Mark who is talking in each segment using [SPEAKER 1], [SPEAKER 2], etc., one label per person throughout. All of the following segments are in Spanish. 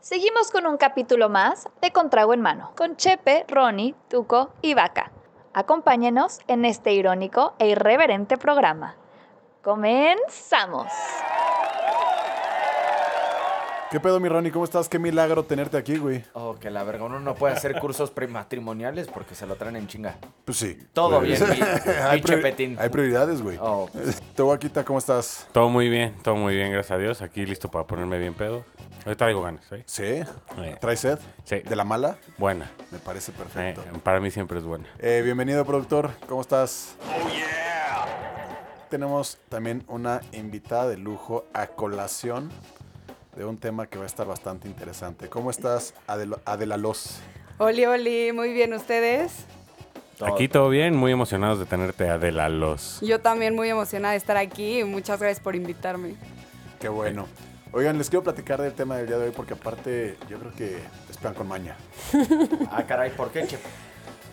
[SPEAKER 1] Seguimos con un capítulo más de Contrago en Mano, con Chepe, Ronnie, Tuco y Vaca. Acompáñenos en este irónico e irreverente programa. ¡Comenzamos!
[SPEAKER 2] ¿Qué pedo, mi Ronnie? ¿Cómo estás? Qué milagro tenerte aquí, güey.
[SPEAKER 3] Oh, que la verga, uno no puede hacer cursos prematrimoniales porque se lo traen en chinga.
[SPEAKER 2] Pues sí.
[SPEAKER 3] Todo
[SPEAKER 2] Pues-
[SPEAKER 3] bien, mi-
[SPEAKER 2] hay,
[SPEAKER 3] mi
[SPEAKER 2] priori-
[SPEAKER 3] chepetín.
[SPEAKER 2] hay prioridades, güey.
[SPEAKER 3] Oh,
[SPEAKER 2] Te voy a quitar, ¿cómo estás?
[SPEAKER 4] Todo muy bien, todo muy bien, gracias a Dios. Aquí listo para ponerme bien pedo. Hoy traigo ganas, ¿eh?
[SPEAKER 2] Sí.
[SPEAKER 4] Eh.
[SPEAKER 2] ¿Traes sed?
[SPEAKER 4] Sí.
[SPEAKER 2] ¿De la mala?
[SPEAKER 4] Buena.
[SPEAKER 2] Me parece
[SPEAKER 4] Eh,
[SPEAKER 2] perfecto.
[SPEAKER 4] para mí siempre es buena.
[SPEAKER 2] Eh, bienvenido, productor. ¿Cómo estás? Tenemos también una invitada de lujo a colación de un tema que va a estar bastante interesante. ¿Cómo estás, Adel Adela Loz?
[SPEAKER 5] Oli, oli, muy bien ustedes.
[SPEAKER 3] todo.
[SPEAKER 4] Aquí todo bien, muy emocionados de tenerte, Adela Los.
[SPEAKER 5] Yo también muy emocionada de estar aquí y muchas gracias por invitarme.
[SPEAKER 2] Qué bueno. Oigan, les quiero platicar del tema del día de hoy porque aparte yo creo que es plan con maña.
[SPEAKER 3] Ah, caray, ¿por qué, Chepe?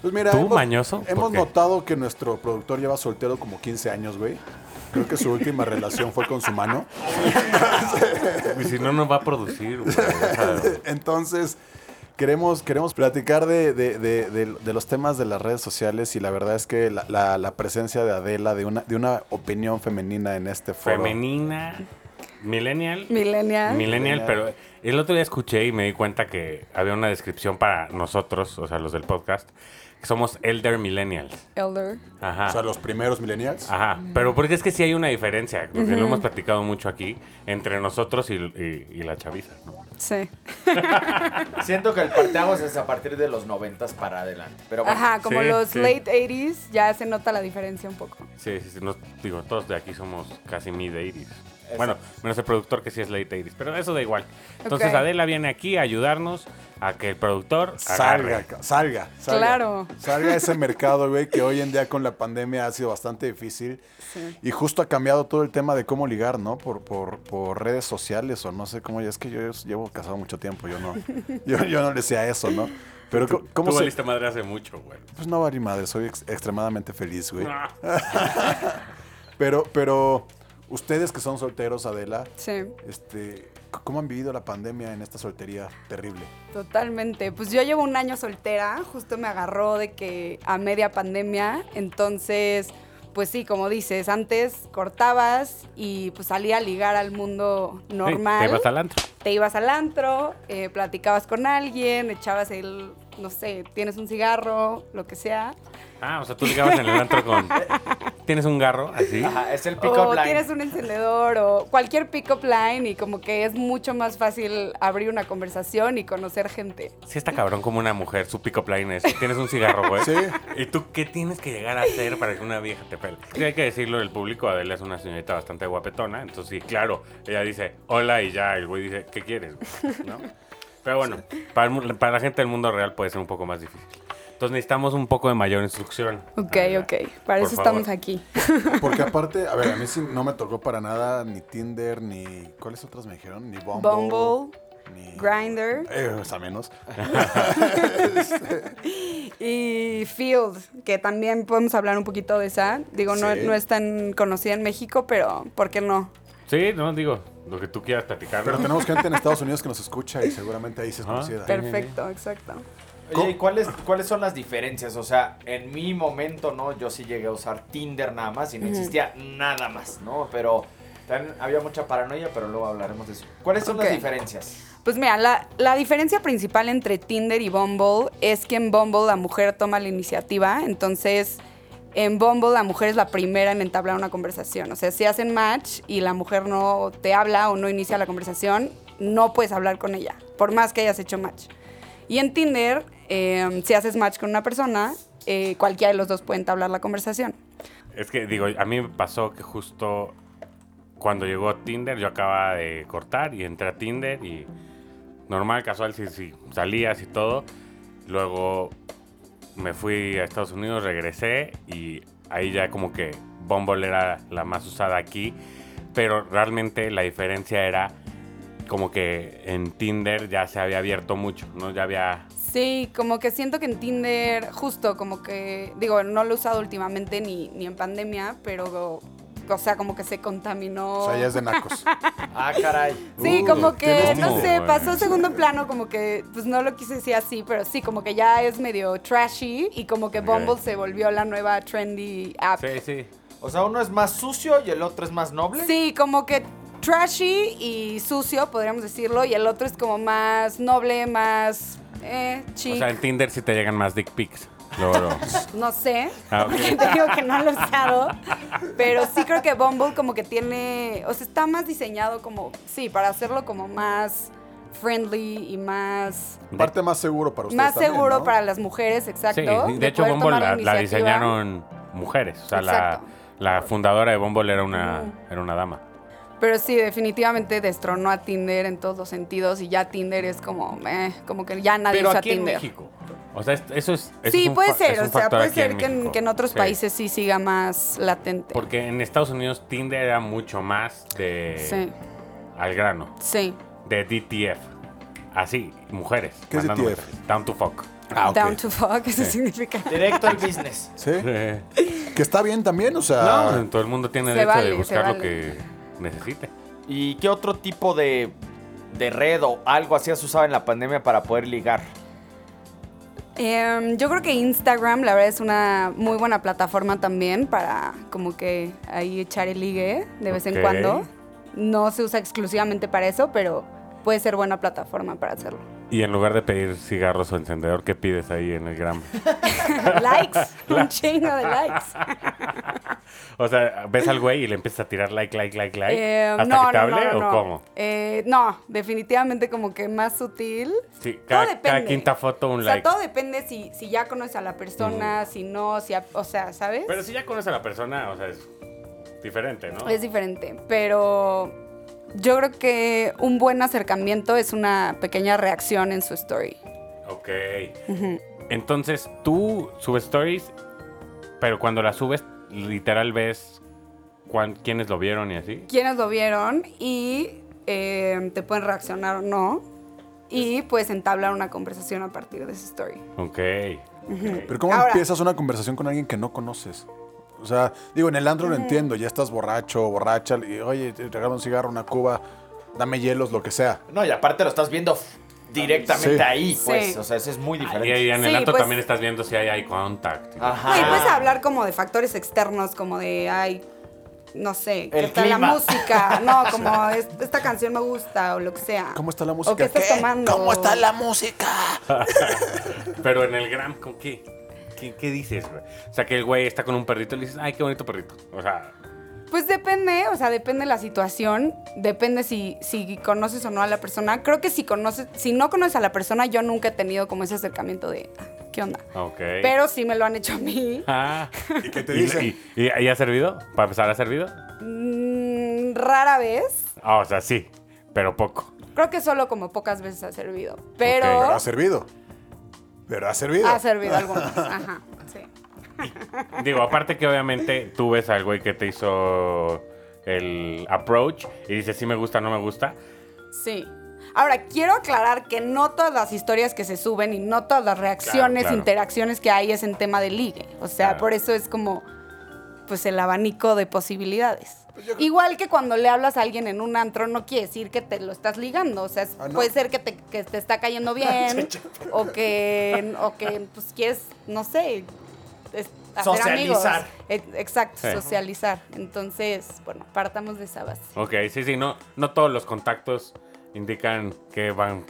[SPEAKER 2] Pues mira,
[SPEAKER 4] ¿Tú, mañoso? ¿Por
[SPEAKER 2] Hemos
[SPEAKER 4] qué?
[SPEAKER 2] notado que nuestro productor lleva soltero como 15 años, güey. Creo que su última relación fue con su mano.
[SPEAKER 4] Y si no, nos va a producir. güey. O sea,
[SPEAKER 2] Entonces, queremos, queremos platicar de, de- de- de- de los temas de las redes sociales y la verdad es que la, la- la presencia de Adela, de una, de una opinión femenina en este foro.
[SPEAKER 4] femenina, millennial.
[SPEAKER 5] Millennial.
[SPEAKER 4] Millennial,
[SPEAKER 2] Millennial.
[SPEAKER 4] pero el otro día escuché y me di cuenta que había una descripción para nosotros, o sea, los del podcast, que somos elder millennials.
[SPEAKER 5] Elder.
[SPEAKER 4] Ajá.
[SPEAKER 2] O sea, los primeros millennials.
[SPEAKER 4] Ajá, pero porque es que sí hay una diferencia, porque lo hemos platicado mucho aquí, entre nosotros y, y- y la chaviza, ¿no?
[SPEAKER 5] Sí.
[SPEAKER 3] Siento que el parteaguas es a partir de los noventas para adelante. Pero bueno,
[SPEAKER 5] Ajá, como
[SPEAKER 4] Sí,
[SPEAKER 5] los
[SPEAKER 4] sí.
[SPEAKER 5] late 80s ya se nota la diferencia un poco.
[SPEAKER 4] Sí, sí, sí, no- digo, todos de aquí somos casi mid 80 Bueno, menos el productor que sí es late 80 pero eso da igual. Entonces
[SPEAKER 5] Ok.
[SPEAKER 4] Adela viene aquí a ayudarnos a que el productor
[SPEAKER 2] Salga,
[SPEAKER 4] salga.
[SPEAKER 2] ca- salga, salga.
[SPEAKER 5] Claro.
[SPEAKER 2] Salga a ese mercado, güey, que hoy en día con la pandemia ha sido bastante difícil. Y justo ha cambiado todo el tema de cómo ligar, ¿no? Por, por, por redes sociales o no sé cómo. Es que yo llevo casado mucho tiempo, yo no. Yo, yo no le sé a eso, ¿no? Pero co- ¿cómo
[SPEAKER 4] Tú
[SPEAKER 2] se...?
[SPEAKER 4] valiste madre hace mucho, güey.
[SPEAKER 2] Pues no, Bari Madre, soy ex- extremadamente feliz, güey.
[SPEAKER 4] Ah.
[SPEAKER 2] Pero, pero, ustedes que son solteros, Adela,
[SPEAKER 5] Sí,
[SPEAKER 2] este, c- ¿cómo han vivido la pandemia en esta soltería terrible?
[SPEAKER 5] totalmente. Pues yo llevo un año soltera, justo me agarró de que a media pandemia, entonces, pues sí, como dices, antes cortabas y pues salía a ligar al mundo
[SPEAKER 4] Sí,
[SPEAKER 5] normal.
[SPEAKER 4] te vas al antro.
[SPEAKER 5] te ibas al antro, eh, platicabas con alguien, echabas el, no sé, tienes un cigarro, lo que sea.
[SPEAKER 4] Ah, o sea, tú ligabas en el antro con... Tienes un garro, así.
[SPEAKER 3] ajá, es el pick-up
[SPEAKER 5] O
[SPEAKER 3] line.
[SPEAKER 5] Oh, tienes un encendedor o cualquier pick-up line y como que es mucho más fácil abrir una conversación y conocer gente.
[SPEAKER 4] Sí está cabrón como una mujer, su pick-up line es, tienes un cigarro, güey.
[SPEAKER 2] Sí.
[SPEAKER 4] ¿Y tú qué tienes que llegar a hacer para que una vieja te pele? Sí, hay que decirlo del público, Adela es una señorita bastante guapetona, entonces sí, claro, ella dice, hola, y ya el güey dice, ¿qué quieres? güey?", ¿No? Pero bueno, para, el mu- para la gente del mundo real puede ser un poco más difícil. Entonces necesitamos un poco de mayor instrucción.
[SPEAKER 5] Ok,
[SPEAKER 4] Adela.
[SPEAKER 5] ok. Para
[SPEAKER 4] Por
[SPEAKER 5] eso
[SPEAKER 4] favor.
[SPEAKER 5] estamos aquí.
[SPEAKER 2] Porque aparte, a ver, a mí sí no me tocó para nada ni Tinder, ni... ¿Cuáles otras me dijeron? Ni Bumble.
[SPEAKER 5] Bumble,
[SPEAKER 2] ni-
[SPEAKER 5] Grindr.
[SPEAKER 2] Eh, o sea, menos.
[SPEAKER 5] Y Field, que también podemos hablar un poquito de esa. Digo, no,
[SPEAKER 2] Sí.
[SPEAKER 5] no es tan conocida en México, pero ¿por qué no?
[SPEAKER 4] Sí, no, digo, lo que tú quieras platicar.
[SPEAKER 2] Pero
[SPEAKER 4] ¿no?
[SPEAKER 2] tenemos gente en Estados Unidos que nos escucha y seguramente ahí se es
[SPEAKER 4] Ajá.
[SPEAKER 2] conocida.
[SPEAKER 5] Perfecto, exacto.
[SPEAKER 3] Oye, ¿y cuáles, cuáles son las diferencias? O sea, en mi momento, ¿no? Yo sí llegué a usar Tinder nada más y no existía nada más, ¿no? Pero también había mucha paranoia, pero luego hablaremos de eso. ¿Cuáles son
[SPEAKER 5] Ok.
[SPEAKER 3] las diferencias?
[SPEAKER 5] Pues mira, la, la diferencia principal entre Tinder y Bumble es que en Bumble la mujer toma la iniciativa, entonces en Bumble la mujer es la primera en entablar una conversación. O sea, si hacen match y la mujer no te habla o no inicia la conversación, no puedes hablar con ella, por más que hayas hecho match. Y en Tinder, eh, si haces match con una persona, eh, cualquiera de los dos puede entablar la conversación.
[SPEAKER 4] Es que, digo, a mí me pasó que justo cuando llegó Tinder, yo acababa de cortar y entré a Tinder y normal, casual, sí, sí, salías y todo. Luego me fui a Estados Unidos, regresé y ahí ya como que Bumble era la más usada aquí. Pero realmente la diferencia era como que en Tinder ya se había abierto mucho, ¿no? Ya había...
[SPEAKER 5] Sí, como que siento que en Tinder, justo como que, digo, no lo he usado últimamente ni, ni en pandemia, pero o sea, como que se contaminó.
[SPEAKER 2] O sea, ya es de nacos.
[SPEAKER 3] Ah, caray.
[SPEAKER 5] Sí,
[SPEAKER 2] Uh,
[SPEAKER 5] como que,
[SPEAKER 2] tienes
[SPEAKER 5] no
[SPEAKER 2] que-
[SPEAKER 5] sé, pasó
[SPEAKER 4] Bueno.
[SPEAKER 5] a segundo plano, como que, pues no lo quise decir así, pero sí, como que ya es medio trashy y como que
[SPEAKER 4] Ok.
[SPEAKER 5] Bumble se volvió la nueva trendy app.
[SPEAKER 4] Sí, sí.
[SPEAKER 3] O sea, uno es más sucio y el otro es más noble.
[SPEAKER 5] Sí, como que trashy y sucio, podríamos decirlo, y el otro es como más noble, más eh, chic,
[SPEAKER 4] O sea, en Tinder sí te llegan más dick pics. Luego, luego.
[SPEAKER 5] no sé.
[SPEAKER 4] Ah, ok.
[SPEAKER 5] Porque te digo que no lo he usado, pero sí creo que Bumble como que tiene, o sea, está más diseñado como, sí, para hacerlo como más friendly y más...
[SPEAKER 2] Parte más seguro para ustedes
[SPEAKER 5] Más
[SPEAKER 2] también,
[SPEAKER 5] seguro
[SPEAKER 2] ¿no?
[SPEAKER 5] para las mujeres, exacto.
[SPEAKER 4] Sí, de, hecho
[SPEAKER 5] poder
[SPEAKER 4] Bumble
[SPEAKER 5] tomar
[SPEAKER 4] la, la
[SPEAKER 5] iniciativa.
[SPEAKER 4] diseñaron mujeres. O sea, la,
[SPEAKER 5] Exacto.
[SPEAKER 4] la fundadora de Bumble era una, era una dama.
[SPEAKER 5] Pero sí, definitivamente destronó a Tinder en todos los sentidos y ya Tinder es como, eh, como que ya nadie
[SPEAKER 4] Pero
[SPEAKER 5] usa
[SPEAKER 4] aquí en
[SPEAKER 5] Tinder.
[SPEAKER 4] México. O sea, es- eso es... eso es
[SPEAKER 5] sí,
[SPEAKER 4] un
[SPEAKER 5] puede
[SPEAKER 4] fa- es
[SPEAKER 5] ser,
[SPEAKER 4] un
[SPEAKER 5] o sea,
[SPEAKER 4] factor
[SPEAKER 5] puede
[SPEAKER 4] aquí en
[SPEAKER 5] ser que en,
[SPEAKER 4] México.
[SPEAKER 5] que en otros
[SPEAKER 4] Sí.
[SPEAKER 5] países sí siga más latente.
[SPEAKER 4] Porque en Estados Unidos Tinder era mucho más de...
[SPEAKER 5] Sí,
[SPEAKER 4] Al grano.
[SPEAKER 5] sí.
[SPEAKER 4] De DTF. Así, mujeres.
[SPEAKER 2] ¿Qué es
[SPEAKER 4] mandando
[SPEAKER 2] DTF?
[SPEAKER 4] mensajes. Down to fuck.
[SPEAKER 2] Ah, ok.
[SPEAKER 5] Down to fuck, eso significa.
[SPEAKER 3] Directo al business.
[SPEAKER 2] ¿Sí? Ah.
[SPEAKER 4] Eh,
[SPEAKER 2] Que está bien también, o sea.
[SPEAKER 4] no, todo el mundo tiene
[SPEAKER 5] Se
[SPEAKER 4] derecho
[SPEAKER 5] vale,
[SPEAKER 4] de
[SPEAKER 5] se
[SPEAKER 4] buscar lo
[SPEAKER 5] vale.
[SPEAKER 4] que necesite.
[SPEAKER 3] ¿Y qué otro tipo de, de red o algo así has usado en la pandemia para poder ligar?
[SPEAKER 5] Em, yo creo que Instagram, la verdad, es una muy buena plataforma también para como que ahí echar el ligue de vez
[SPEAKER 4] Ok.
[SPEAKER 5] en cuando. No se usa exclusivamente para eso, pero puede ser buena plataforma para hacerlo.
[SPEAKER 4] Y en lugar de pedir cigarros o encendedor, ¿qué pides ahí en el gram?
[SPEAKER 5] likes, un chingo de likes.
[SPEAKER 4] O sea, ves al güey y le empiezas a tirar like, like, like, like.
[SPEAKER 5] Eh,
[SPEAKER 4] ¿Hasta que te hable o cómo?
[SPEAKER 5] Eh, no, definitivamente como que más sutil.
[SPEAKER 4] Sí,
[SPEAKER 5] Todo
[SPEAKER 4] cada,
[SPEAKER 5] depende.
[SPEAKER 4] cada quinta foto un
[SPEAKER 5] o sea,
[SPEAKER 4] like.
[SPEAKER 5] todo depende si, si ya conoces a la persona, si no, si a- o sea, ¿sabes?
[SPEAKER 4] Pero si ya conoces a la persona, o sea, es diferente, ¿no?
[SPEAKER 5] Es diferente, pero yo creo que un buen acercamiento es una pequeña reacción en su story.
[SPEAKER 4] Ok. Entonces tú subes stories, pero cuando las subes, literal ves cuán- quiénes lo vieron y así.
[SPEAKER 5] Quienes lo vieron y eh, te pueden reaccionar o no y puedes entablar una conversación a partir de esa story.
[SPEAKER 4] Ok.
[SPEAKER 2] Pero ¿cómo
[SPEAKER 5] Ahora-
[SPEAKER 2] empiezas una conversación con alguien que no conoces? O sea, digo, en el andro
[SPEAKER 5] Eh.
[SPEAKER 2] lo entiendo, ya estás borracho, borracha, y oye, te regalo un cigarro, una cuba, dame hielos, lo que sea.
[SPEAKER 3] No, y aparte lo estás viendo f- directamente
[SPEAKER 2] Sí.
[SPEAKER 3] ahí, pues.
[SPEAKER 5] Sí.
[SPEAKER 3] O sea, eso es muy
[SPEAKER 4] Y
[SPEAKER 3] diferente.
[SPEAKER 4] ahí en el
[SPEAKER 5] Sí,
[SPEAKER 4] acto
[SPEAKER 5] pues-
[SPEAKER 4] también estás viendo si hay eye contact.
[SPEAKER 3] Ajá.
[SPEAKER 5] No, y puedes hablar como de factores externos, como de, ay, no sé, ¿qué
[SPEAKER 3] El
[SPEAKER 5] tal la
[SPEAKER 3] clima.
[SPEAKER 5] música? No, como "Es- esta canción me gusta o lo que sea.
[SPEAKER 2] ¿Cómo está la música?
[SPEAKER 5] ¿O qué estás tomando?
[SPEAKER 2] Eh, ¿Cómo está la música?
[SPEAKER 4] Pero en el gram, ¿con qué? ¿Qué, qué dices, güey? O sea, que el güey está con un perrito y le dices, ay, qué bonito perrito. O sea,
[SPEAKER 5] Pues depende, o sea, depende la situación, depende si, si conoces o no a la persona. Creo que si conoces, si no conoces a la persona, yo nunca he tenido como ese acercamiento de, "Ah, ¿qué onda?
[SPEAKER 4] ok.
[SPEAKER 5] Pero sí me lo han hecho a mí.
[SPEAKER 4] Ah.
[SPEAKER 2] ¿Y qué te dicen?
[SPEAKER 4] ¿Y, y- y ha servido? ¿Para empezar ha servido?
[SPEAKER 5] Mm, rara vez.
[SPEAKER 4] Ah, o sea, sí, pero poco.
[SPEAKER 5] Creo que solo como pocas veces ha servido. Pero,
[SPEAKER 4] Ok,
[SPEAKER 2] Pero ha servido. Pero ha servido.
[SPEAKER 5] ha servido algunas. Ajá, sí.
[SPEAKER 4] Digo, aparte que obviamente tú ves al güey que te hizo el approach y dices, sí me gusta, no me gusta.
[SPEAKER 5] Sí. Ahora, quiero aclarar que no todas las historias que se suben y no todas las reacciones,
[SPEAKER 4] claro.
[SPEAKER 5] interacciones que hay es en tema de ligue. O sea,
[SPEAKER 4] Claro.
[SPEAKER 5] por eso es como pues el abanico de posibilidades.
[SPEAKER 2] Pues
[SPEAKER 5] Igual que cuando le hablas a alguien en un antro no quiere decir que te lo estás ligando, o sea, es-
[SPEAKER 2] Ah, ¿no?
[SPEAKER 5] puede ser que te, que te está cayendo bien o que o que pues quieres, no sé, es- hacer
[SPEAKER 3] Socializar.
[SPEAKER 5] amigos. Eh, Exacto,
[SPEAKER 4] Sí.
[SPEAKER 5] socializar. Entonces, bueno, partamos de esa base.
[SPEAKER 4] Ok, sí, sí, no, no todos los contactos indican que van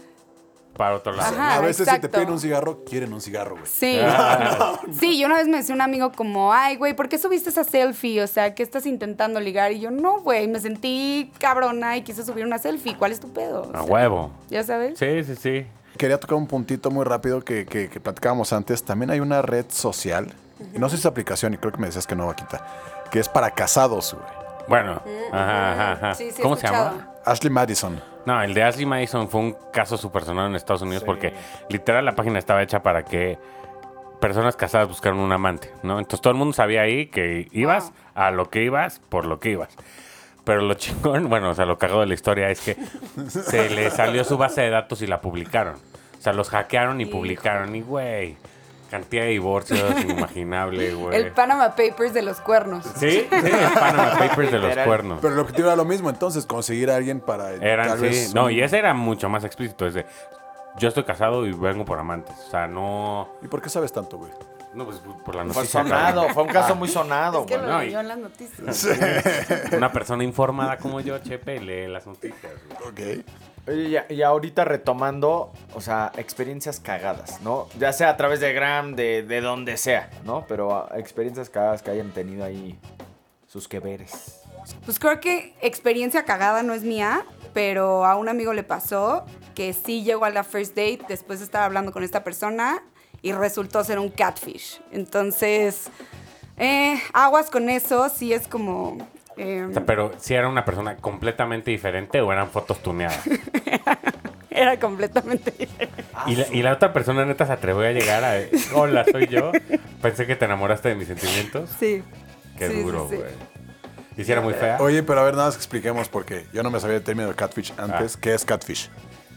[SPEAKER 4] para otro lado.
[SPEAKER 5] Ajá,
[SPEAKER 2] a veces si te
[SPEAKER 5] Ah, exacto.
[SPEAKER 2] piden un cigarro, quieren un cigarro, güey.
[SPEAKER 5] Sí.
[SPEAKER 4] Ah.
[SPEAKER 5] Sí, yo una vez me decía un amigo como, ay, güey, ¿por qué subiste esa selfie? O sea, ¿qué estás intentando ligar? Y yo, no, güey, me sentí cabrona y quise subir una selfie. ¿Cuál es tu pedo? O
[SPEAKER 4] A
[SPEAKER 5] sea,
[SPEAKER 4] huevo.
[SPEAKER 5] ¿Ya sabes?
[SPEAKER 4] Ah, Sí, sí, sí.
[SPEAKER 2] Quería tocar un puntito muy rápido que, que- que platicábamos antes. También hay una red social, y no sé si es aplicación, y creo que me decías que no, Vaquita, que es para casados, güey.
[SPEAKER 4] Bueno, ajá, ajá, ajá.
[SPEAKER 5] Mm, Sí, sí, he
[SPEAKER 4] ¿Cómo se
[SPEAKER 5] escuchado.
[SPEAKER 4] llama?
[SPEAKER 2] Ashley Madison.
[SPEAKER 4] No, el de Ashley Madison fue un caso súper sonado en Estados Unidos porque literal la página estaba hecha para que personas casadas buscaran un amante, ¿no? Entonces todo el mundo sabía ahí que ibas
[SPEAKER 5] Wow.
[SPEAKER 4] a lo que ibas por lo que ibas. Pero lo chingón, bueno, o sea, lo cagado de la historia es que se le salió su base de datos y la publicaron. O sea, los hackearon y publicaron y, güey, Cantidad de divorcios inimaginable, güey.
[SPEAKER 5] El Panama Papers de los cuernos.
[SPEAKER 4] Sí, sí, el Panama Papers de los
[SPEAKER 3] Literal.
[SPEAKER 4] cuernos.
[SPEAKER 2] Pero el objetivo era lo mismo, entonces, conseguir a alguien para. eh,
[SPEAKER 4] Eran,
[SPEAKER 2] tal
[SPEAKER 4] sí.
[SPEAKER 2] vez,
[SPEAKER 4] no,
[SPEAKER 2] un-
[SPEAKER 4] y ese era mucho más explícito. Ese. Yo estoy casado y vengo por amantes. O sea, no.
[SPEAKER 2] ¿Y por qué sabes tanto, güey?
[SPEAKER 4] No, pues por la
[SPEAKER 3] Fue
[SPEAKER 4] noticia.
[SPEAKER 3] sonado, fue un caso muy sonado,
[SPEAKER 5] Es que
[SPEAKER 3] güey.
[SPEAKER 4] no,
[SPEAKER 5] lo
[SPEAKER 4] y-
[SPEAKER 5] leyó en las noticias.
[SPEAKER 4] cabrón. Una persona informada como yo, Chepe, lee las noticias. güey.
[SPEAKER 2] Ok.
[SPEAKER 3] Oye, ya- y ahorita retomando, o sea, experiencias cagadas, ¿no? Ya sea a través de Gram, de, de donde sea, ¿no? Pero ah, experiencias cagadas que hayan tenido ahí sus que veres.
[SPEAKER 5] Pues creo que experiencia cagada no es mía, pero a un amigo le pasó que sí llegó a la first date después de estar hablando con esta persona y resultó ser un catfish. Entonces, eh, aguas con eso, sí es como... eh,
[SPEAKER 4] O sea, pero si era una persona completamente diferente o eran fotos tuneadas.
[SPEAKER 5] era completamente diferente.
[SPEAKER 3] Ah,
[SPEAKER 4] Y la, y la otra persona neta se atrevió a llegar a. Hola, soy yo. Pensé que te enamoraste de mis sentimientos.
[SPEAKER 5] Sí.
[SPEAKER 4] Qué
[SPEAKER 5] Sí, sí,
[SPEAKER 4] duro,
[SPEAKER 5] sí.
[SPEAKER 4] güey. Y si era muy fea.
[SPEAKER 2] Oye, pero a ver, nada más que expliquemos porque yo no me sabía el término de catfish
[SPEAKER 4] Ah.
[SPEAKER 2] antes. ¿Qué es catfish?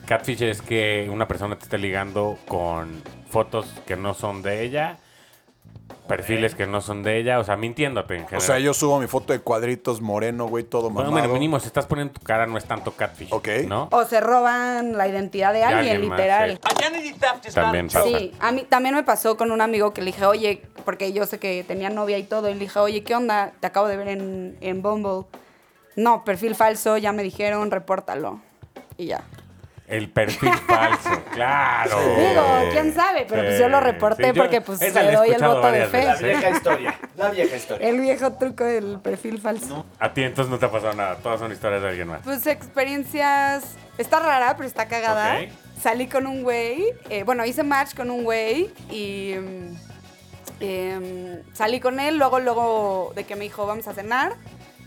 [SPEAKER 4] Catfish es que una persona te esté ligando con fotos que no son de ella, perfiles que no son de ella, o sea, mintiéndote en general.
[SPEAKER 2] O sea, yo subo mi foto de cuadritos moreno, güey, todo
[SPEAKER 4] bueno,
[SPEAKER 2] mamado.
[SPEAKER 4] bueno, mínimo, si estás poniendo tu cara, no es tanto catfish.
[SPEAKER 2] Ok.
[SPEAKER 4] ¿No?
[SPEAKER 5] O se roban la identidad de
[SPEAKER 4] De
[SPEAKER 5] alguien,
[SPEAKER 4] alguien más,
[SPEAKER 5] literal.
[SPEAKER 4] sí. También pasa.
[SPEAKER 5] Sí, a mí también me pasó con un amigo que le dije, oye, porque yo sé que tenía novia y todo, y le dije, oye, ¿qué onda? Te acabo de ver en, en Bumble. No, perfil falso, ya me dijeron, repórtalo. Y ya.
[SPEAKER 4] El perfil falso, claro.
[SPEAKER 5] Digo, quién sabe, pero pues yo lo reporté porque, pues,
[SPEAKER 4] esa
[SPEAKER 5] le
[SPEAKER 4] la he
[SPEAKER 5] doy el
[SPEAKER 4] escuchado
[SPEAKER 5] voto de
[SPEAKER 4] varias
[SPEAKER 5] fe.
[SPEAKER 4] veces, ¿eh?
[SPEAKER 3] historia, la vieja historia.
[SPEAKER 5] El viejo truco del perfil falso.
[SPEAKER 4] A ti entonces no te ha pasado nada, todas son historias de alguien más.
[SPEAKER 5] Pues experiencias. Está rara, pero está cagada.
[SPEAKER 4] Ok.
[SPEAKER 5] Salí con un güey. eh, bueno, hice match con un güey y. mm, em, salí con él. Luego, luego de que me dijo, vamos a cenar.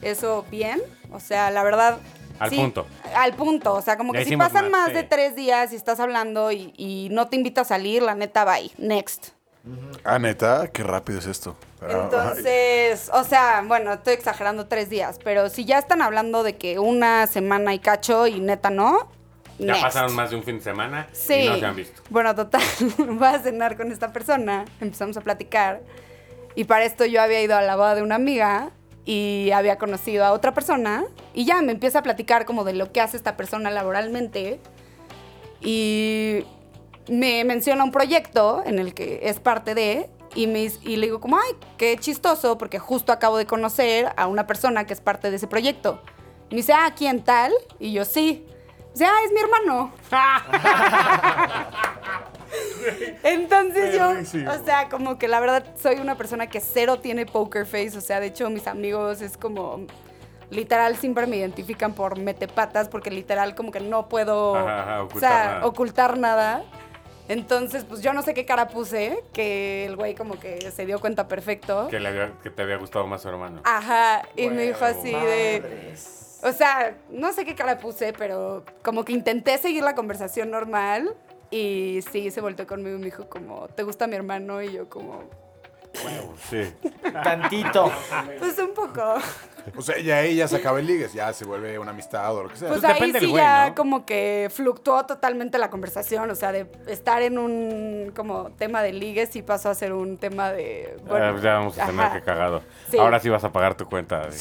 [SPEAKER 5] Eso bien. O sea, la verdad.
[SPEAKER 4] Al
[SPEAKER 5] sí,
[SPEAKER 4] punto.
[SPEAKER 5] Al punto. O sea, como
[SPEAKER 4] Ya
[SPEAKER 5] que si
[SPEAKER 4] hicimos
[SPEAKER 5] pasan
[SPEAKER 4] match,
[SPEAKER 5] más
[SPEAKER 4] sí.
[SPEAKER 5] de tres días y estás hablando y, y no te invita a salir, la neta, bye. Next.
[SPEAKER 2] Ah, neta, qué rápido es esto. Pero-
[SPEAKER 5] Entonces, o sea, bueno, estoy exagerando tres días, pero si ya están hablando de que una semana y cacho y neta no.
[SPEAKER 4] Ya
[SPEAKER 5] next.
[SPEAKER 4] pasaron más de un fin de semana
[SPEAKER 5] Sí.
[SPEAKER 4] y no se han visto.
[SPEAKER 5] Bueno, total, voy a cenar con esta persona, empezamos a platicar y para esto yo había ido a la boda de una amiga y había conocido a otra persona y ya me empieza a platicar como de lo que hace esta persona laboralmente y me menciona un proyecto en el que es parte de y, me, dis- y le digo como, ay, qué chistoso, porque justo acabo de conocer a una persona que es parte de ese proyecto. Y me dice, ah, ¿quién tal? Y yo, sí. Dice, ah, es mi hermano. Entonces yo, o sea, como que la verdad soy una persona que cero tiene poker face, o sea, de hecho mis amigos es como, literal siempre me identifican por metepatas, porque literal como que no puedo,
[SPEAKER 4] Ajá, ajá,
[SPEAKER 5] o
[SPEAKER 4] ocultar
[SPEAKER 5] sea,
[SPEAKER 4] nada.
[SPEAKER 5] ocultar nada. Entonces, pues yo no sé qué cara puse, que el güey como que se dio cuenta perfecto.
[SPEAKER 4] Que, le había- que te había gustado más su hermano.
[SPEAKER 5] Ajá, y me dijo así de... O sea, no sé qué cara puse, pero como que intenté seguir la conversación normal y sí, se volteó conmigo y me dijo como, ¿te gusta mi hermano? Y yo como, Ah.
[SPEAKER 4] Sí.
[SPEAKER 3] Tantito.
[SPEAKER 5] pues un poco.
[SPEAKER 2] O sea, ya ahí ya se acaba el ligues, ya se vuelve una amistad o lo que sea.
[SPEAKER 5] Pues
[SPEAKER 4] Pues
[SPEAKER 5] ahí
[SPEAKER 4] depende
[SPEAKER 5] sí
[SPEAKER 4] del güey,
[SPEAKER 5] ya
[SPEAKER 4] ¿no?
[SPEAKER 5] como que fluctuó totalmente la conversación, o sea, de estar en un como tema de ligues y pasó a ser un tema de...
[SPEAKER 4] Ah, pues ya vamos a cenar,
[SPEAKER 5] ajá.
[SPEAKER 4] qué cagado.
[SPEAKER 5] Sí.
[SPEAKER 4] Ahora sí vas a pagar tu cuenta. David.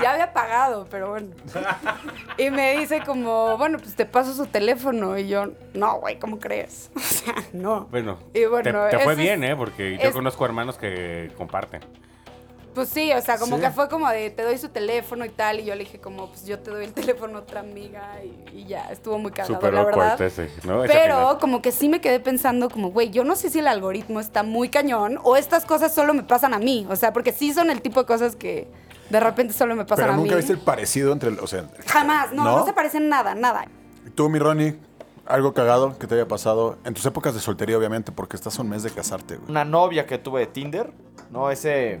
[SPEAKER 5] Ya había pagado, pero bueno. Y me dice como, bueno, pues te paso su teléfono. Y yo, no, güey, ¿cómo crees? O sea, no.
[SPEAKER 4] Bueno,
[SPEAKER 5] Y bueno,
[SPEAKER 4] te, te fue
[SPEAKER 5] eso
[SPEAKER 4] bien,
[SPEAKER 5] es-
[SPEAKER 4] ¿eh? Porque yo
[SPEAKER 5] es-
[SPEAKER 4] conozco hermanos que comparten.
[SPEAKER 5] Pues sí, o sea, como
[SPEAKER 2] Sí.
[SPEAKER 5] que fue como de, te doy su teléfono y tal. Y yo le dije como, pues yo te doy el teléfono a otra amiga. Y, y ya, estuvo muy cagado,
[SPEAKER 4] Súper
[SPEAKER 5] la verdad.
[SPEAKER 4] awkward ese, ¿no? Esa
[SPEAKER 5] Pero
[SPEAKER 4] final.
[SPEAKER 5] como que sí me quedé pensando como, güey, yo no sé si el algoritmo está muy cañón o estas cosas solo me pasan a mí. O sea, porque sí son el tipo de cosas que de repente solo me pasan
[SPEAKER 2] Pero
[SPEAKER 5] a mí.
[SPEAKER 2] nunca viste el parecido entre. el- O sea,
[SPEAKER 5] Jamás, no,
[SPEAKER 2] ¿No?
[SPEAKER 5] no se parecen nada, nada.
[SPEAKER 2] tú, mi Ronnie, algo cagado que te haya pasado en tus épocas de soltería, obviamente, porque estás a un mes de casarte, güey.
[SPEAKER 3] Una novia que tuve de Tinder, ¿no? Ese...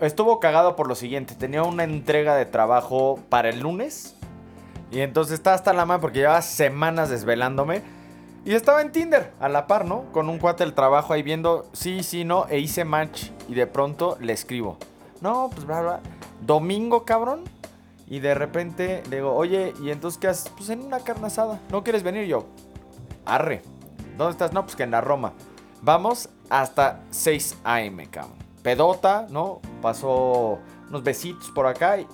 [SPEAKER 3] Estuvo cagado por lo siguiente. Tenía una entrega de trabajo para el lunes. Y entonces estaba hasta la madre porque llevaba semanas desvelándome. Y estaba en Tinder, a la par, ¿no? Con un cuate del trabajo ahí viendo, sí, sí, no, e hice match. Y de pronto le escribo, no, pues bla, bla. Domingo, cabrón. Y de repente le digo, oye, ¿y entonces qué haces? Pues en una carne asada. ¿No quieres venir? Y yo, arre. ¿Dónde estás? No, pues que en la Roma. Vamos hasta 6 AM, cabrón. Pedota, ¿no? Pasó unos besitos por acá y,